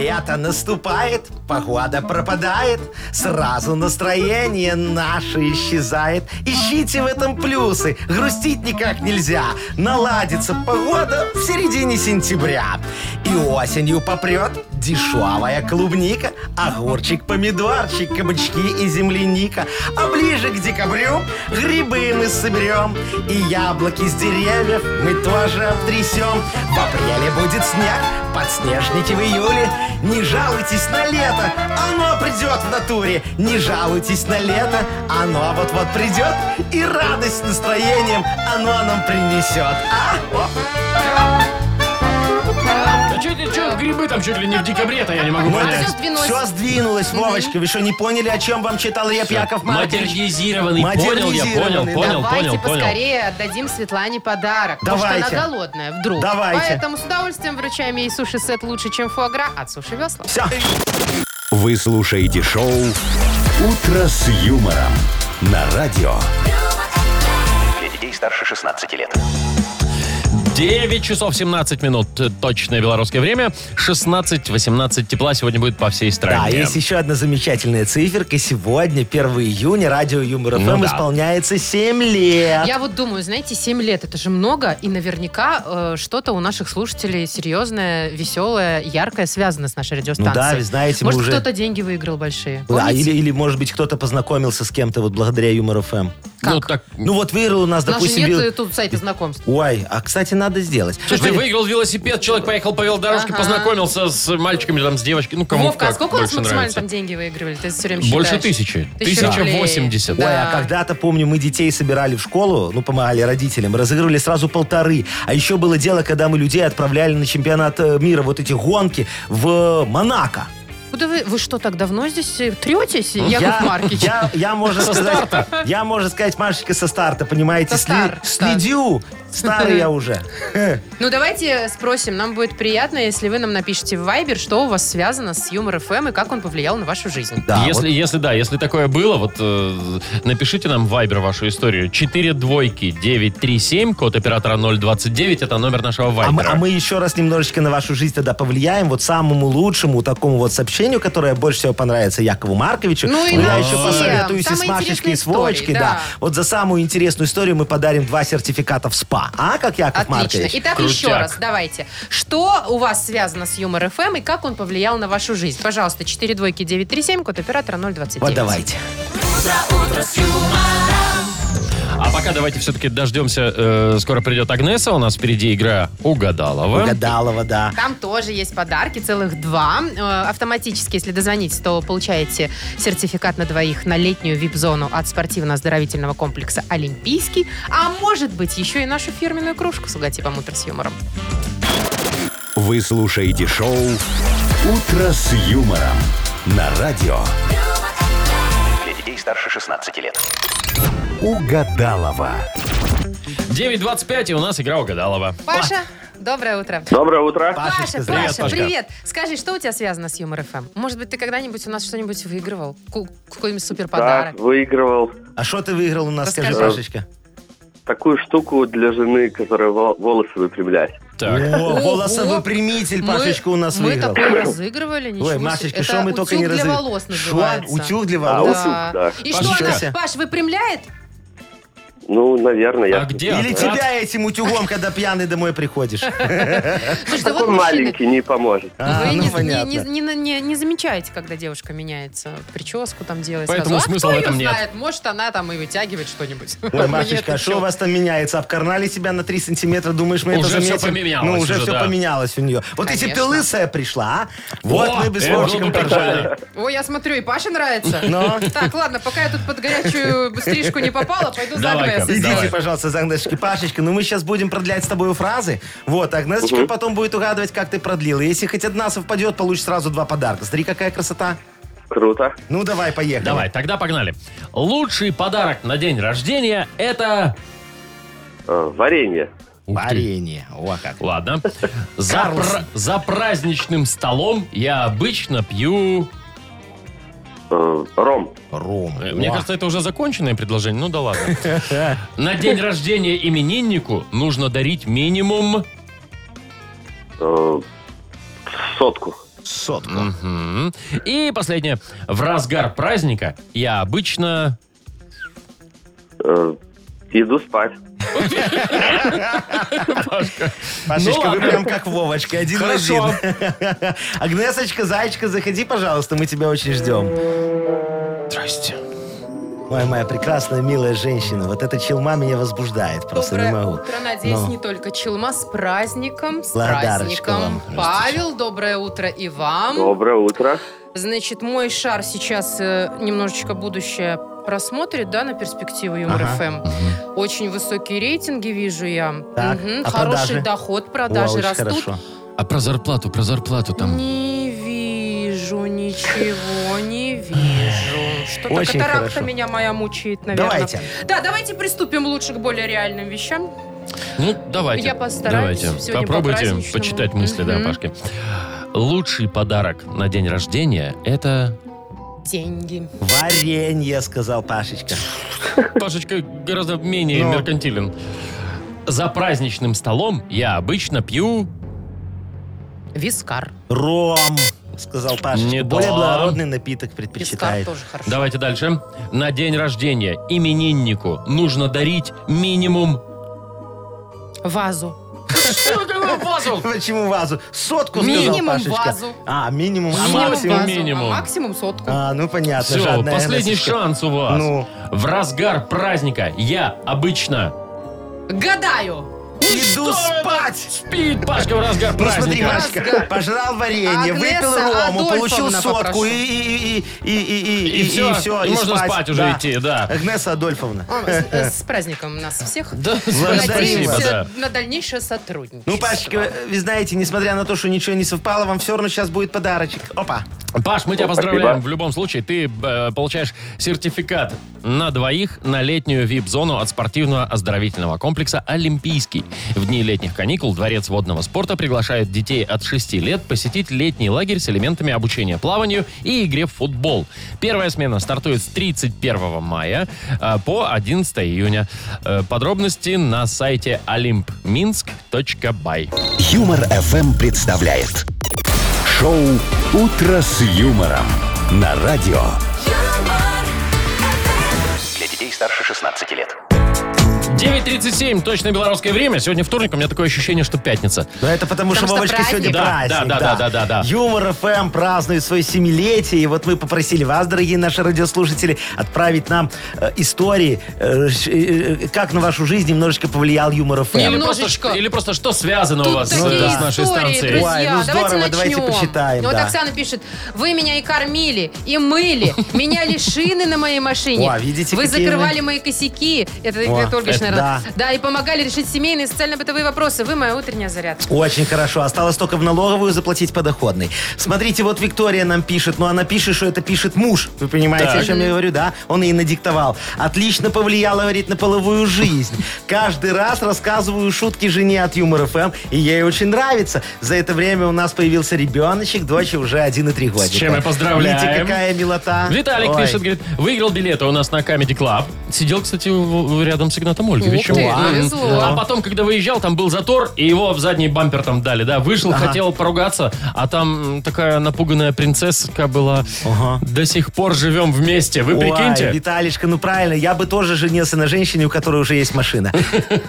Speaker 3: лето наступает, погода пропадает, сразу настроение наше исчезает. Ищите в этом плюсы, грустить никак нельзя. Наладится погода в середине сентября. И осенью попрет дешевая клубника, огурчик, помидорчик, кабачки и земляника. А ближе к декабрю грибы мы соберем, и яблоки с деревьев мы тоже обтрясем. В апреле будет снег, подснежники в июле. Не жалуйтесь на лето, оно придет в натуре. Не жалуйтесь на лето, оно вот-вот придет. И радость с настроением оно нам принесет. А? Оп.
Speaker 2: А что грибы там чуть ли не в декабре-то, я не могу понять.
Speaker 4: всё сдвинулось.
Speaker 3: Все сдвинулось, Вовочка. Вы что, не поняли, о чем вам читал реп Яков Маркович?
Speaker 2: Модернизированный. Понял я, понял,
Speaker 3: Модернизированный,
Speaker 2: понял,
Speaker 4: Давайте
Speaker 2: понял, понял.
Speaker 4: поскорее отдадим Светлане подарок. Потому
Speaker 3: Давайте.
Speaker 4: что она голодная вдруг.
Speaker 3: Давайте.
Speaker 4: Поэтому с удовольствием вручаем ей суши-сет лучше, чем фуагра от Суши Весла.
Speaker 3: Все.
Speaker 1: Вы слушаете шоу «Утро с юмором» на радио.
Speaker 9: Для детей старше 16 лет.
Speaker 2: 9 часов 17 минут. э, Точное белорусское время. 16-18 тепла сегодня будет по всей стране.
Speaker 3: Да, есть еще одна замечательная циферка. Сегодня, 1 июня, радио Юмор ФМ
Speaker 2: Ну да.
Speaker 3: исполняется 7 лет.
Speaker 4: Я вот думаю, знаете, 7 лет это же много, и наверняка э, что-то у наших слушателей серьезное, веселое, яркое связано с нашей
Speaker 3: Ну
Speaker 4: радиостанцией.
Speaker 3: да, вы знаете,
Speaker 4: Может,
Speaker 3: мы уже...
Speaker 4: кто-то деньги выиграл большие.
Speaker 3: Да,
Speaker 4: Помните?
Speaker 3: или, или, может быть, кто-то познакомился с кем-то вот благодаря Юмор ФМ.
Speaker 2: Ну, так,
Speaker 3: Ну вот выиграл у нас,
Speaker 4: У нас же
Speaker 3: допустим...
Speaker 4: нет
Speaker 3: вил-
Speaker 4: э, тут сайта знакомств.
Speaker 3: Ой, а, кстати, надо сделать.
Speaker 2: слушайте,
Speaker 3: Вы-
Speaker 2: выиграл велосипед, человек поехал по велодорожке,
Speaker 4: Ага.
Speaker 2: познакомился с мальчиками, там, с девочкой. Ну, кому
Speaker 4: Вовка, а
Speaker 2: как
Speaker 4: сколько у вас
Speaker 2: больше
Speaker 4: максимально
Speaker 2: нравится.
Speaker 4: там деньги выигрывали? Ты все время
Speaker 2: Больше
Speaker 4: считаешь.
Speaker 2: тысячи.
Speaker 4: Тысяча
Speaker 2: Тысяча
Speaker 4: рублей.
Speaker 2: восемьдесят.
Speaker 4: Да.
Speaker 3: Ой, а когда-то, помню, мы детей собирали в школу, ну, помогали родителям, разыгрывали сразу полторы. А еще было дело, когда мы людей отправляли на чемпионат э, мира, вот эти гонки, в Монако.
Speaker 4: Куда вы, вы что, так давно здесь э, третесь, Яков Маркич?
Speaker 3: Я, я, можно
Speaker 2: Со
Speaker 3: сказать,
Speaker 2: старта?
Speaker 3: я, можно сказать, Машечка со старта, понимаете,
Speaker 4: Со стар-
Speaker 3: сли- следю. Старый я уже.
Speaker 4: Ну, давайте спросим. Нам будет приятно, если вы нам напишите в Viber, что у вас связано с Юмор ФМ и как он повлиял на вашу жизнь.
Speaker 3: Да,
Speaker 2: если,
Speaker 3: вот.
Speaker 2: если да, если такое было, вот э, напишите нам в Viber вашу историю. 4 двойки 937, код оператора 029, это номер нашего Viber.
Speaker 3: А мы, а мы еще раз немножечко на вашу жизнь тогда повлияем. Вот самому лучшему такому вот сообщению, которое больше всего понравится Якову Марковичу.
Speaker 4: Ну и
Speaker 3: я
Speaker 4: нам
Speaker 3: еще
Speaker 4: всем.
Speaker 3: посоветуюсь и с
Speaker 4: Самые
Speaker 3: Машечкой, и с
Speaker 4: интересные
Speaker 3: Вовочкой.
Speaker 4: истории,
Speaker 3: да.
Speaker 4: да.
Speaker 3: Вот за самую интересную историю мы подарим два сертификата в СПА. А, как Яков
Speaker 4: Отлично.
Speaker 3: Маркович?
Speaker 4: Итак,
Speaker 2: Крутяк.
Speaker 4: еще раз, давайте. Что у вас связано с Юмор ФМ и как он повлиял на вашу жизнь? Пожалуйста, 4 двойки 937, код оператора 029.
Speaker 3: Вот давайте.
Speaker 2: А пока давайте все-таки дождемся. э, скоро придет Агнеса. У нас впереди игра Угадалова.
Speaker 3: Гадалова, да.
Speaker 4: Там тоже есть подарки, целых два. Э, Автоматически, если дозвонитесь, то получаете сертификат на двоих на летнюю вип-зону от спортивно-оздоровительного комплекса «Олимпийский», а может быть, еще и нашу фирменную кружку с логотипом «Утро с юмором».
Speaker 1: Вы слушаете шоу «Утро с юмором» на радио.
Speaker 9: Для детей старше 16 лет.
Speaker 1: Угадалова.
Speaker 2: 9.25, и у нас игра Угадалова.
Speaker 4: Паша, доброе утро.
Speaker 8: Доброе утро.
Speaker 4: Паша,
Speaker 3: Пашечка,
Speaker 4: Паша,
Speaker 2: привет,
Speaker 4: привет,
Speaker 2: Пашка.
Speaker 4: Скажи, что у тебя связано с Юмор ФМ? Может быть, ты когда-нибудь у нас что-нибудь выигрывал? Ку- Какой-нибудь супер
Speaker 8: Да,
Speaker 4: подарок?
Speaker 8: выигрывал
Speaker 3: А что ты выиграл у нас, скажи,
Speaker 4: Расскажи.
Speaker 3: Пашечка?
Speaker 8: такую штуку для жены, которая во- волосы выпрямляет.
Speaker 2: Так.
Speaker 3: О, волосовыпрямитель
Speaker 4: Мы-
Speaker 3: Пашечка у нас
Speaker 4: мы
Speaker 3: выиграл.
Speaker 4: такое разыгрывали, ничего
Speaker 3: Ой,
Speaker 4: себе.
Speaker 3: Машечка,
Speaker 4: Это
Speaker 3: что мы только не
Speaker 4: утюг для
Speaker 3: разыграли?
Speaker 4: волос
Speaker 3: Шо?
Speaker 4: называется.
Speaker 3: Утюг для
Speaker 8: А,
Speaker 3: волос?
Speaker 4: Да.
Speaker 8: утюг,
Speaker 4: И
Speaker 2: да.
Speaker 4: что
Speaker 2: Ничего
Speaker 4: она,
Speaker 3: себе.
Speaker 4: Паш, выпрямляет?
Speaker 8: Ну, наверное, я...
Speaker 2: А где?
Speaker 3: Или
Speaker 2: ответ?
Speaker 3: тебя этим утюгом, когда пьяный домой приходишь?
Speaker 4: Слушайте,
Speaker 8: Такой маленький не поможет.
Speaker 3: А,
Speaker 4: Вы
Speaker 3: ну,
Speaker 4: не,
Speaker 3: понятно.
Speaker 4: не- не- не- не- не замечаете, когда девушка меняется, прическу там делает.
Speaker 2: Поэтому
Speaker 4: сразу.
Speaker 2: смысла
Speaker 4: а
Speaker 2: в
Speaker 4: кто
Speaker 2: этом
Speaker 4: её
Speaker 2: нет.
Speaker 4: знает? Может, она там и вытягивает что-нибудь.
Speaker 3: Ой,
Speaker 4: Мне
Speaker 3: Машечка,
Speaker 4: это
Speaker 3: а что у вас там меняется? Обкарнали тебя на 3 сантиметра, думаешь, мы это
Speaker 2: Уже всё
Speaker 3: заметим?
Speaker 2: поменялось
Speaker 3: Ну, уже
Speaker 2: уже,
Speaker 3: все
Speaker 2: да.
Speaker 3: поменялось у нее. Вот если бы ты
Speaker 4: Конечно.
Speaker 3: лысая пришла, а? Вот
Speaker 2: О,
Speaker 3: мы бы с
Speaker 2: это
Speaker 3: Вовчиком
Speaker 2: было бы
Speaker 3: поржали.
Speaker 2: прикольно.
Speaker 4: Ой, я смотрю, и Паше нравится.
Speaker 3: Но.
Speaker 4: Так, ладно, пока я тут под горячую стрижку не попала, пойду за
Speaker 2: Давай-ка,
Speaker 4: Агнесой.
Speaker 3: Идите,
Speaker 2: Давай.
Speaker 3: пожалуйста, за Агнесочкой. Пашечка, ну мы сейчас будем продлять с тобой фразы. Вот, Агнесочка
Speaker 8: Мгм.
Speaker 3: потом будет угадывать, как ты продлила. Если хоть одна совпадет, получишь сразу два подарка. Смотри, какая красота.
Speaker 8: Круто.
Speaker 3: Ну, давай, поехали.
Speaker 2: Давай, тогда погнали. Лучший подарок на день рождения это...
Speaker 8: Э, Варенье.
Speaker 2: Ух ты.
Speaker 3: Варенье. О, как.
Speaker 2: Ладно. За,
Speaker 3: Карлсон.
Speaker 2: пра- за праздничным столом я обычно пью...
Speaker 8: Э, Ром.
Speaker 3: Ром.
Speaker 2: Э, Мне
Speaker 3: О.
Speaker 2: кажется, это уже законченное предложение. Ну да ладно. На день рождения имениннику нужно дарить минимум...
Speaker 8: Э, Сотку.
Speaker 3: Сотку.
Speaker 2: Мгм. И последнее. В разгар праздника я обычно...
Speaker 6: Э, Иду спать.
Speaker 3: Пашечка,
Speaker 2: Ну
Speaker 3: вы
Speaker 2: ладно.
Speaker 3: прям как Вовочка, один в
Speaker 2: Хорошо.
Speaker 3: один. Агнесочка, Зайчка, заходи, пожалуйста, мы тебя очень ждем.
Speaker 2: Здрасте.
Speaker 3: Ой, моя прекрасная, милая женщина, вот эта челма меня возбуждает, просто не
Speaker 4: Доброе
Speaker 3: могу.
Speaker 4: утро. Надеюсь,
Speaker 3: Но.
Speaker 4: не только Челма. С праздником, с
Speaker 3: Благодарочка
Speaker 4: праздником.
Speaker 3: вам.
Speaker 4: Павел, доброе утро и вам.
Speaker 6: Доброе утро.
Speaker 4: Значит, мой шар сейчас э, немножечко будущее просмотрит, да, на перспективу Юмор
Speaker 3: Ага.
Speaker 4: ФМ. Очень высокие рейтинги вижу я.
Speaker 3: Так,
Speaker 4: Мгм.
Speaker 3: а
Speaker 4: Хороший
Speaker 3: продажи?
Speaker 4: доход,
Speaker 3: О,
Speaker 4: продажи
Speaker 3: очень
Speaker 4: растут.
Speaker 3: хорошо.
Speaker 2: А про зарплату, про зарплату там...
Speaker 4: Не вижу ничего, не вижу. Что-то
Speaker 3: Очень
Speaker 4: катаракта
Speaker 3: хорошо.
Speaker 4: меня моя мучает, наверное.
Speaker 3: Давайте.
Speaker 4: Да, давайте приступим лучше к более реальным вещам.
Speaker 2: Ну, давайте.
Speaker 4: Я постараюсь.
Speaker 2: Давайте.
Speaker 4: Сегодня
Speaker 2: Попробуйте
Speaker 4: по-праздничному.
Speaker 2: почитать мысли, да,
Speaker 4: Мгм.
Speaker 2: Пашки. Лучший подарок на день рождения – это...
Speaker 4: Деньги.
Speaker 3: Варенье, сказал Пашечка.
Speaker 2: Пашечка гораздо менее
Speaker 3: Ну.
Speaker 2: меркантилен. За праздничным столом я обычно пью...
Speaker 4: Вискар.
Speaker 3: Ром, сказал Пашечка.
Speaker 2: Не
Speaker 3: Более
Speaker 2: да.
Speaker 3: благородный напиток
Speaker 4: Вискар
Speaker 3: предпочитает.
Speaker 4: тоже хорошо.
Speaker 2: Давайте дальше. На день рождения имениннику нужно дарить минимум...
Speaker 4: Вазу.
Speaker 2: Что такое вазу?
Speaker 3: Почему вазу? Сотку сказал
Speaker 4: Минимум
Speaker 3: Пашечка.
Speaker 4: вазу.
Speaker 3: А, минимум. А
Speaker 2: Минимум
Speaker 3: максимум?
Speaker 4: вазу,
Speaker 2: минимум.
Speaker 4: а максимум сотку.
Speaker 3: А, ну понятно.
Speaker 2: Все,
Speaker 3: жадная
Speaker 2: последний
Speaker 3: Агнесочка.
Speaker 2: шанс у вас.
Speaker 3: Ну.
Speaker 2: В разгар праздника я обычно...
Speaker 4: Гадаю.
Speaker 3: Иду
Speaker 2: Что
Speaker 3: спать!
Speaker 2: Спит Пашка в разгар
Speaker 3: Ну смотри,
Speaker 2: праздника.
Speaker 3: Машка, пожрал варенье,
Speaker 4: Агнеса
Speaker 3: выпил рому,
Speaker 4: Адольфовна
Speaker 3: получил сотку
Speaker 4: попрошу.
Speaker 3: и и и и и
Speaker 2: И
Speaker 3: и
Speaker 2: всё, и можно спать уже идти, да.
Speaker 3: Агнеса Адольфовна.
Speaker 4: О, С э, с праздником нас всех.
Speaker 2: Да,
Speaker 3: Благодарим
Speaker 2: спасибо,
Speaker 3: вас.
Speaker 2: да.
Speaker 4: Надеемся на дальнейшее сотрудничество.
Speaker 3: Ну, Пашечка, вы знаете, несмотря на то, что ничего не совпало, вам все равно сейчас будет подарочек. Опа.
Speaker 2: Паш, мы тебя
Speaker 6: Спасибо.
Speaker 2: поздравляем. В любом случае, ты э, получаешь сертификат на двоих на летнюю вип-зону от спортивного оздоровительного комплекса «Олимпийский». В дни летних каникул Дворец водного спорта приглашает детей от 6 лет посетить летний лагерь с элементами обучения плаванию и игре в футбол. Первая смена стартует с 31 мая э, по 11 июня. Э, Подробности на сайте olympminsk.by.
Speaker 1: Юмор FM представляет шоу Утро с юмором на радио.
Speaker 7: юмор,
Speaker 9: Для детей старше 16 лет.
Speaker 2: 9.37, точное белорусское время. Сегодня вторник, у меня такое ощущение, что пятница.
Speaker 3: Но это потому,
Speaker 4: Потому
Speaker 3: что
Speaker 4: что
Speaker 3: Вовочка
Speaker 4: праздник.
Speaker 3: сегодня
Speaker 2: Да,
Speaker 3: праздник.
Speaker 2: да, да, да, да, да.
Speaker 3: Юмор ФМ празднует свое семилетие. И вот мы попросили вас, дорогие наши радиослушатели, отправить нам э, истории, э, ш- э, как на вашу жизнь немножечко повлиял юмор эм. ФМ.
Speaker 2: Или
Speaker 4: Немножечко.
Speaker 2: просто, ш- или просто что связано у
Speaker 4: Тут
Speaker 2: вас э,
Speaker 3: ну,
Speaker 4: такие
Speaker 2: с нашей
Speaker 4: истории,
Speaker 2: станцией?
Speaker 4: друзья.
Speaker 3: Ой, ну
Speaker 4: давайте
Speaker 3: здорово, давайте
Speaker 4: начнем.
Speaker 3: почитаем,
Speaker 4: Вот
Speaker 3: да.
Speaker 4: Оксана пишет, вы меня и кормили, и мыли, меняли шины на моей машине.
Speaker 3: О, видите,
Speaker 4: вы
Speaker 3: какие
Speaker 4: закрывали мои косяки. Это,
Speaker 3: О,
Speaker 4: это Ольга
Speaker 3: это
Speaker 4: Шнайдер.
Speaker 3: да.
Speaker 4: Да, и помогали решить семейные и социально-бытовые вопросы. Вы моя утренняя зарядка.
Speaker 3: Очень хорошо. Осталось только в налоговую заплатить подоходный. Смотрите, вот Виктория нам пишет, но она пишет, что это пишет муж. Вы понимаете, о чем я говорю, да? Он ей надиктовал. Отлично повлияло, говорит, на половую жизнь. Каждый раз рассказываю шутки жене от Юмор ФМ, и ей очень нравится. За это время у нас появился ребеночек, дочь уже 1,3 годика.
Speaker 2: чем и поздравляем.
Speaker 3: Видите, какая милота.
Speaker 2: Виталик
Speaker 3: Ой.
Speaker 2: пишет, говорит, выиграл билеты у нас на Comedy Club. Сидел, кстати, в- в- рядом с Игнатом Ольговичем.
Speaker 4: Ух ты,
Speaker 2: М.
Speaker 4: повезло.
Speaker 2: А потом, когда выезжал, там был затор, и его в задний бампер там дали, да. Вышел, хотел поругаться, а там м, такая напуганная принцесска была.
Speaker 3: Ага.
Speaker 2: До сих пор живем вместе. Вы
Speaker 3: Ой,
Speaker 2: прикиньте?
Speaker 3: Виталишка, ну правильно, я бы тоже женился на женщине, у которой уже есть машина.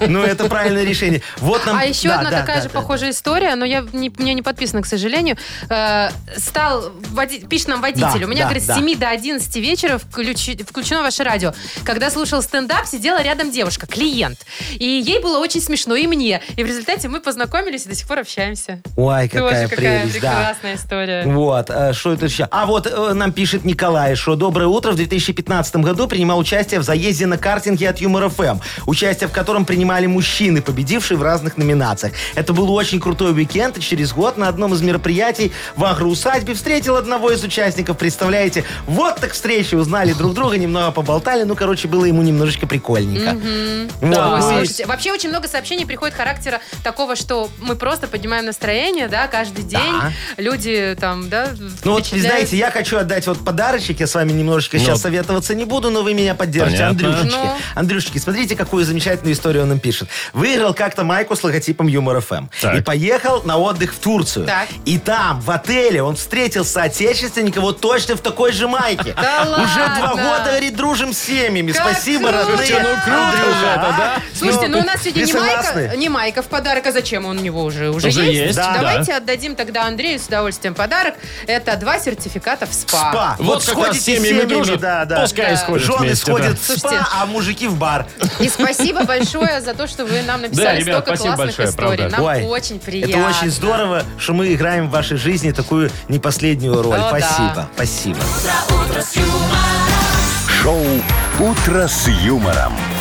Speaker 3: Ну, это правильное решение. Вот нам...
Speaker 4: А еще
Speaker 3: да,
Speaker 4: одна
Speaker 3: да,
Speaker 4: такая
Speaker 3: да,
Speaker 4: же
Speaker 3: да.
Speaker 4: похожая история, но я не, мне не подписана, к сожалению. Э, стал води- пишет нам водитель.
Speaker 3: Да,
Speaker 4: У меня,
Speaker 3: да,
Speaker 4: говорит, с
Speaker 3: да.
Speaker 4: 7 до 11 вечера включи- включено ваше радио. Когда слушал стендап, сидела рядом девушка, клиент. И ей было очень смешно, и мне. И в результате мы познакомились и до сих пор общаемся.
Speaker 3: Ой, какая
Speaker 4: Тоже какая
Speaker 3: прелесть, да.
Speaker 4: прекрасная история.
Speaker 3: Вот, э, что это еще? А вот э, нам пишет Николай, что доброе утро. В 2015 году принимал участие в заезде на картинге от Юмор ФМ, участие в котором принимали мужчины, победившие в разных номинациях. Это был очень крутой уикенд, и через год на одном из мероприятий в агроусадьбе встретил одного из участников. Представляете, вот так встречи узнали друг друга, немного поболтали. Ну, короче, было ему немножечко прикольненько. Вот,
Speaker 4: Ой,
Speaker 3: ну и-
Speaker 4: слушайте, вообще очень много сообщений приходит характера такого, что мы просто поднимаем настроение, да, каждый день. Люди там, да,
Speaker 3: Ну вот, вы
Speaker 4: впечатляют.
Speaker 3: знаете, я хочу отдать вот подарочек. Я с вами немножечко сейчас советоваться не буду, но вы меня поддержите.
Speaker 2: Ну. Понятно.
Speaker 3: Андрюшечки,
Speaker 4: Ну.
Speaker 3: Андрюшечки, смотрите, какую замечательную историю он нам пишет. Выиграл как-то майку с логотипом Юмор ФМ.
Speaker 2: Так.
Speaker 3: И поехал на отдых в Турцию.
Speaker 4: Так.
Speaker 3: И там, в отеле, он встретил соотечественника вот точно в такой же майке.
Speaker 4: Да
Speaker 3: Уже
Speaker 4: ладно?
Speaker 3: два года, говорит, дружим с семьями.
Speaker 4: Как
Speaker 3: Спасибо,
Speaker 4: круто!
Speaker 3: родные.
Speaker 4: Слушайте, ну
Speaker 2: круто же это,
Speaker 3: а?
Speaker 2: да?
Speaker 4: Слушайте, ну, у нас сегодня
Speaker 3: вы
Speaker 4: не майка,
Speaker 3: согласны?
Speaker 4: не майка в подарок, а зачем он у него уже? Уже,
Speaker 2: Уже есть, да.
Speaker 4: Давайте отдадим тогда Андрею с удовольствием подарок. Это два сертификата в СПА.
Speaker 3: Спа.
Speaker 2: Вот как раз
Speaker 3: сходите
Speaker 2: с семьями дружат,
Speaker 3: да, да.
Speaker 2: пускай
Speaker 4: Да.
Speaker 2: сходят
Speaker 3: Жены
Speaker 2: вместе,
Speaker 3: сходят
Speaker 2: да.
Speaker 3: в
Speaker 4: Слушайте.
Speaker 3: спа, а мужики в бар.
Speaker 4: И спасибо большое за то, что вы нам написали
Speaker 2: Да, ребят,
Speaker 4: столько
Speaker 2: спасибо
Speaker 4: классных
Speaker 2: большое,
Speaker 4: историй.
Speaker 2: правда.
Speaker 4: Нам
Speaker 3: Ой,
Speaker 4: очень приятно.
Speaker 3: Это очень здорово, что мы играем в вашей жизни такую не последнюю роль.
Speaker 4: О, да.
Speaker 3: спасибо, спасибо.
Speaker 1: Шоу «Утро с юмором».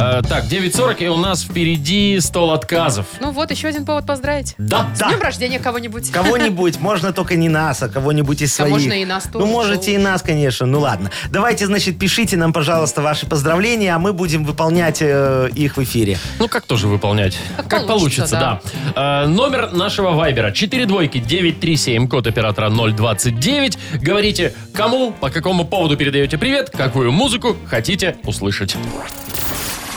Speaker 2: Э, так, 9.40, и у нас впереди стол отказов.
Speaker 4: Ну вот, еще один повод поздравить.
Speaker 2: Да.
Speaker 4: С днем рождения кого-нибудь.
Speaker 3: Кого-нибудь, можно только не нас, а кого-нибудь из
Speaker 4: Да
Speaker 3: своих.
Speaker 4: можно и нас тоже,
Speaker 3: Ну, можете
Speaker 4: шоу.
Speaker 3: и нас, конечно. Ну, ладно. Давайте, значит, пишите нам, пожалуйста, ваши поздравления, а мы будем выполнять э, их в эфире.
Speaker 2: Ну, как тоже выполнять?
Speaker 4: Как
Speaker 2: получится,
Speaker 4: получится,
Speaker 2: да. Э, номер нашего вайбера 4 двойки 937, код оператора 029. Говорите, кому, по какому поводу передаете привет, какую музыку хотите услышать.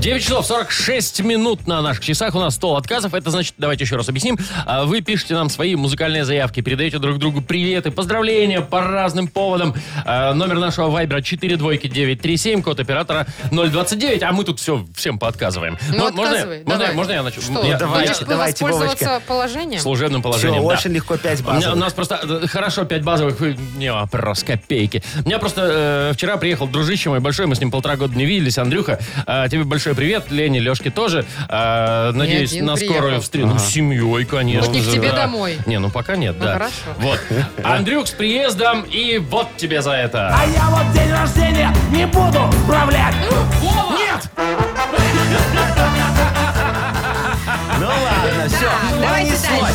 Speaker 2: 9 часов 46 минут на наших часах. У нас стол отказов. Это значит, давайте еще раз объясним. А, Вы пишете нам свои музыкальные заявки, передаете друг другу приветы, поздравления по разным поводам. А, Номер нашего вайбера 4 двойки 937, код оператора 029. А мы тут все всем поотказываем.
Speaker 4: Ну,
Speaker 2: можно, я-
Speaker 4: отказывай,
Speaker 2: можно, я-
Speaker 4: давай.
Speaker 2: можно я начну?
Speaker 4: Что,
Speaker 2: Я-
Speaker 3: давай.
Speaker 4: хочешь
Speaker 2: я-
Speaker 4: бы
Speaker 3: давайте,
Speaker 4: воспользоваться
Speaker 3: Вовочка.
Speaker 4: положением?
Speaker 2: служебным
Speaker 3: Все,
Speaker 2: положением, да.
Speaker 3: очень легко 5
Speaker 2: У меня-
Speaker 3: базовых.
Speaker 2: у нас просто э, хорошо 5 базовых, и не вопрос, копейки. У меня просто э, вчера приехал дружище мой большой, мы с ним полтора года не виделись, Андрюха. э, тебе большой привет, Лене, Лешке тоже. Э, надеюсь,
Speaker 4: один
Speaker 2: на
Speaker 4: приехал.
Speaker 2: скорую встречу. Ну, с семьей, конечно.
Speaker 4: Вот не к
Speaker 2: же,
Speaker 4: тебе
Speaker 2: да.
Speaker 4: домой.
Speaker 2: Не, ну пока нет,
Speaker 4: Ну,
Speaker 2: да.
Speaker 4: хорошо.
Speaker 2: Вот. Андрюх, с приездом, и вот тебе за это.
Speaker 10: я вот день рождения не буду справлять. Нет!
Speaker 3: Ну, ладно, все.
Speaker 4: давайте дальше.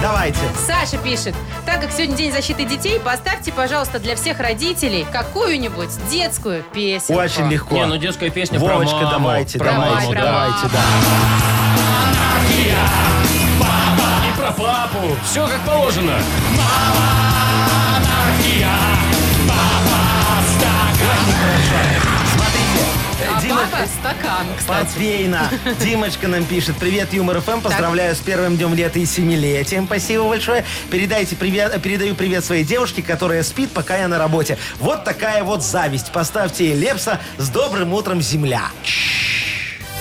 Speaker 3: Давайте.
Speaker 4: Саша пишет, так как сегодня День защиты детей, поставьте, пожалуйста, для всех родителей какую-нибудь детскую песню.
Speaker 3: Очень легко.
Speaker 2: Не, ну детская песня
Speaker 3: Вовочка,
Speaker 2: про маму.
Speaker 3: давайте,
Speaker 2: про
Speaker 4: давайте,
Speaker 2: маму, да.
Speaker 3: Давайте, да.
Speaker 2: И про папу. Все как положено.
Speaker 4: А
Speaker 3: Дима,
Speaker 4: папа стакан, кстати.
Speaker 3: Портвейна. Димочка нам пишет. Привет, Юмор ФМ. Поздравляю с первым днем лета и семилетием. Спасибо большое. Передайте привет, э, передаю привет своей девушке, которая спит, пока я на работе. Вот такая вот зависть. Поставьте ей Лепса с добрым утром, земля.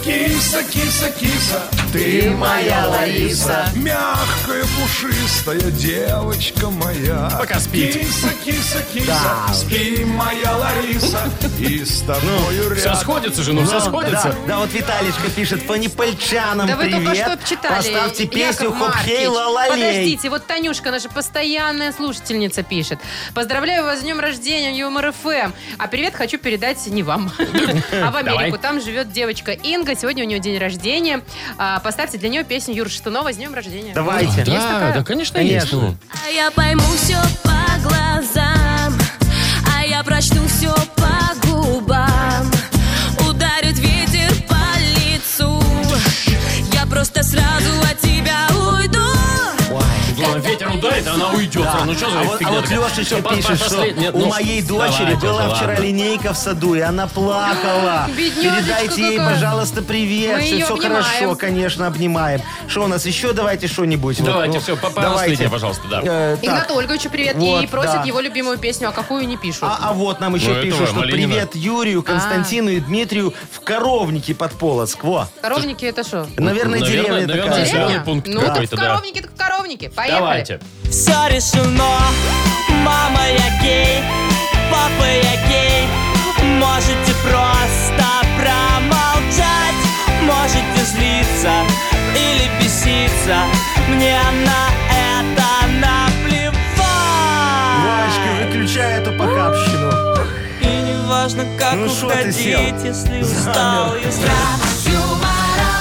Speaker 10: Киса, киса, киса, ты
Speaker 3: моя Лариса.
Speaker 10: мягкая, пушистая девочка моя.
Speaker 2: Пока спит.
Speaker 10: Киса, киса, киса, спи, моя Лариса, и с тобою
Speaker 2: Все
Speaker 10: рядом.
Speaker 2: сходится же, ну все
Speaker 3: Ну,
Speaker 2: сходится.
Speaker 3: Да, да, вот Виталичка пишет, по непальчанам
Speaker 4: Да вы
Speaker 3: привет.
Speaker 4: только что читали.
Speaker 3: Поставьте
Speaker 4: Яков
Speaker 3: песню
Speaker 4: Маркич.
Speaker 3: Хопхей Лалалей.
Speaker 4: Подождите, вот Танюшка, наша постоянная слушательница, пишет. Поздравляю вас с днем рождения, Юмор ФМ. А привет хочу передать не вам, а в
Speaker 2: Давай.
Speaker 4: Америку. Там живет девочка Инга. Сегодня у нее день рождения. А, Поставьте для нее песню Юры Шатунова с днем рождения.
Speaker 3: Давайте.
Speaker 2: Да, да, конечно, есть.
Speaker 3: Конечно.
Speaker 2: ну.
Speaker 7: А я пойму все по глазам, а я прочту все по губам. Ударит ветер по лицу, я просто сразу от тебя уйду.
Speaker 2: Главное, ветер ударит, а она уйдет.
Speaker 3: Да.
Speaker 2: Ну что за
Speaker 3: а вот,
Speaker 2: фигня
Speaker 3: а вот
Speaker 2: такая?
Speaker 3: Леша
Speaker 2: Всё,
Speaker 3: еще
Speaker 2: по- по-
Speaker 3: пишет, что
Speaker 2: послед- Нет,
Speaker 3: у
Speaker 2: ну,
Speaker 3: моей
Speaker 2: давайте
Speaker 3: дочери
Speaker 2: уже,
Speaker 3: была вчера
Speaker 2: ладно.
Speaker 3: линейка в саду, и она плакала.
Speaker 4: Бедняжечка
Speaker 3: Передайте ей,
Speaker 4: какая.
Speaker 3: пожалуйста, привет.
Speaker 4: Мы её
Speaker 3: все
Speaker 4: обнимаем.
Speaker 3: хорошо, конечно, обнимаем. Что у нас еще? Давайте что-нибудь. Вот,
Speaker 2: Давайте,
Speaker 3: ну,
Speaker 2: все, по- по-
Speaker 3: давайте.
Speaker 2: последнее, пожалуйста, да.
Speaker 3: Э, так.
Speaker 4: Игнату Ольговичу привет.
Speaker 3: Вот,
Speaker 4: И просят
Speaker 3: да.
Speaker 4: его любимую песню, а какую не пишут.
Speaker 3: А, а вот нам еще
Speaker 2: Ну, это
Speaker 3: пишут,
Speaker 2: вам,
Speaker 3: что
Speaker 2: Оленина.
Speaker 3: привет
Speaker 4: А.
Speaker 3: Юрию, Константину и Дмитрию в коровнике под Полоцк. Во.
Speaker 4: Коровники это что?
Speaker 3: Наверное, деревня
Speaker 2: Ну, наверное,
Speaker 3: такая.
Speaker 2: населенный
Speaker 4: Деревня?
Speaker 2: пункт
Speaker 4: ну, так
Speaker 2: какой-то, да.
Speaker 4: коровники, так коровники. Поехали.
Speaker 2: Давайте.
Speaker 10: Все решено, мама я гей, папа я гей. Можете просто промолчать, можете злиться или беситься. Мне на это наплевать.
Speaker 3: Вовочка, выключай эту похабщину.
Speaker 11: так
Speaker 3: Ну что ты сел?
Speaker 11: уходить, если устал, если...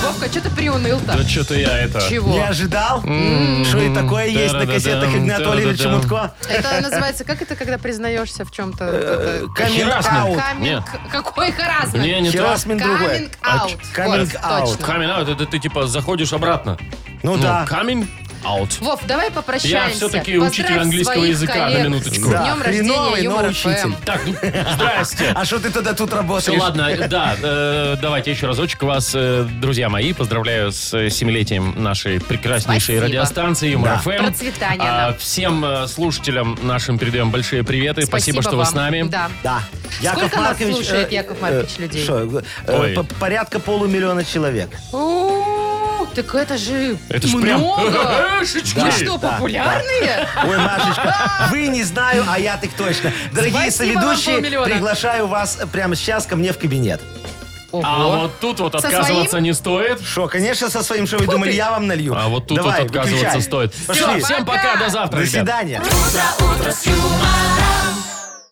Speaker 4: Вовка, что ты приуныл-то?
Speaker 2: Да что-то я это...
Speaker 4: Чего?
Speaker 3: Не ожидал,
Speaker 2: М-м-м.
Speaker 3: что и такое есть на
Speaker 2: Да-да-да-дам,
Speaker 3: кассетах Игната Олеговича
Speaker 2: да-да-дам.
Speaker 3: Мутко?
Speaker 4: Это называется, как это, когда признаешься в
Speaker 3: э,
Speaker 4: чем-то?
Speaker 2: Херасмент. Нет.
Speaker 4: Какой харасмент?
Speaker 2: Не, не
Speaker 3: Херасмент другой.
Speaker 4: Coming out.
Speaker 3: Coming
Speaker 4: Вот,
Speaker 3: out.
Speaker 4: точно.
Speaker 2: Камин аут, это ты типа заходишь обратно.
Speaker 3: Ну да.
Speaker 2: Камин аут.
Speaker 4: Вов, давай попрощаемся.
Speaker 2: Я все-таки учитель
Speaker 4: Поздравь
Speaker 2: английского
Speaker 4: своих
Speaker 2: языка, на
Speaker 4: коллег
Speaker 2: минуточку.
Speaker 4: С
Speaker 2: Да,
Speaker 4: днем рождения,
Speaker 3: хреновый, но
Speaker 4: юмор
Speaker 3: учитель.
Speaker 4: ФМ.
Speaker 2: Так, ну, здрасте.
Speaker 3: А что ты тогда тут
Speaker 2: Все,
Speaker 3: работаешь?
Speaker 2: ладно, да, э, давайте еще разочек вас, э, друзья мои, поздравляю с э, семилетием нашей прекраснейшей
Speaker 4: Спасибо.
Speaker 2: радиостанции Юмор
Speaker 3: Да.
Speaker 2: ФМ.
Speaker 4: Процветания
Speaker 2: А,
Speaker 4: нам.
Speaker 2: всем э, слушателям нашим передаем большие приветы. Спасибо, что вы
Speaker 4: вам.
Speaker 2: с нами.
Speaker 4: Да.
Speaker 3: Да.
Speaker 4: Сколько нас слушает
Speaker 3: э,
Speaker 4: Яков Маркович
Speaker 3: э,
Speaker 4: людей?
Speaker 3: шо, э,
Speaker 2: Ой.
Speaker 3: по- Порядка полумиллиона человек.
Speaker 4: У, Так это же
Speaker 2: Это ж прям-
Speaker 4: много.
Speaker 2: Шички.
Speaker 4: Э, Вы что,
Speaker 3: да,
Speaker 4: популярные?
Speaker 3: Ой, Машечка, вы не знаю, а я так точно. Дорогие
Speaker 4: Спасибо вам,
Speaker 3: соведущие,
Speaker 4: полмиллиона.
Speaker 3: приглашаю вас прямо сейчас ко мне в кабинет.
Speaker 2: А
Speaker 4: Ого.
Speaker 2: вот тут вот
Speaker 4: Со
Speaker 2: отказываться
Speaker 4: своим?
Speaker 2: не стоит.
Speaker 3: Шо, конечно, со своим, что вы думали, я вам налью.
Speaker 2: А вот тут
Speaker 3: Давай,
Speaker 2: вот отказываться
Speaker 3: выключай.
Speaker 2: стоит.
Speaker 3: Пошли.
Speaker 2: Всем пока, до завтра,
Speaker 3: До
Speaker 2: ребят.
Speaker 3: свидания.
Speaker 11: Утро, утро с юмором.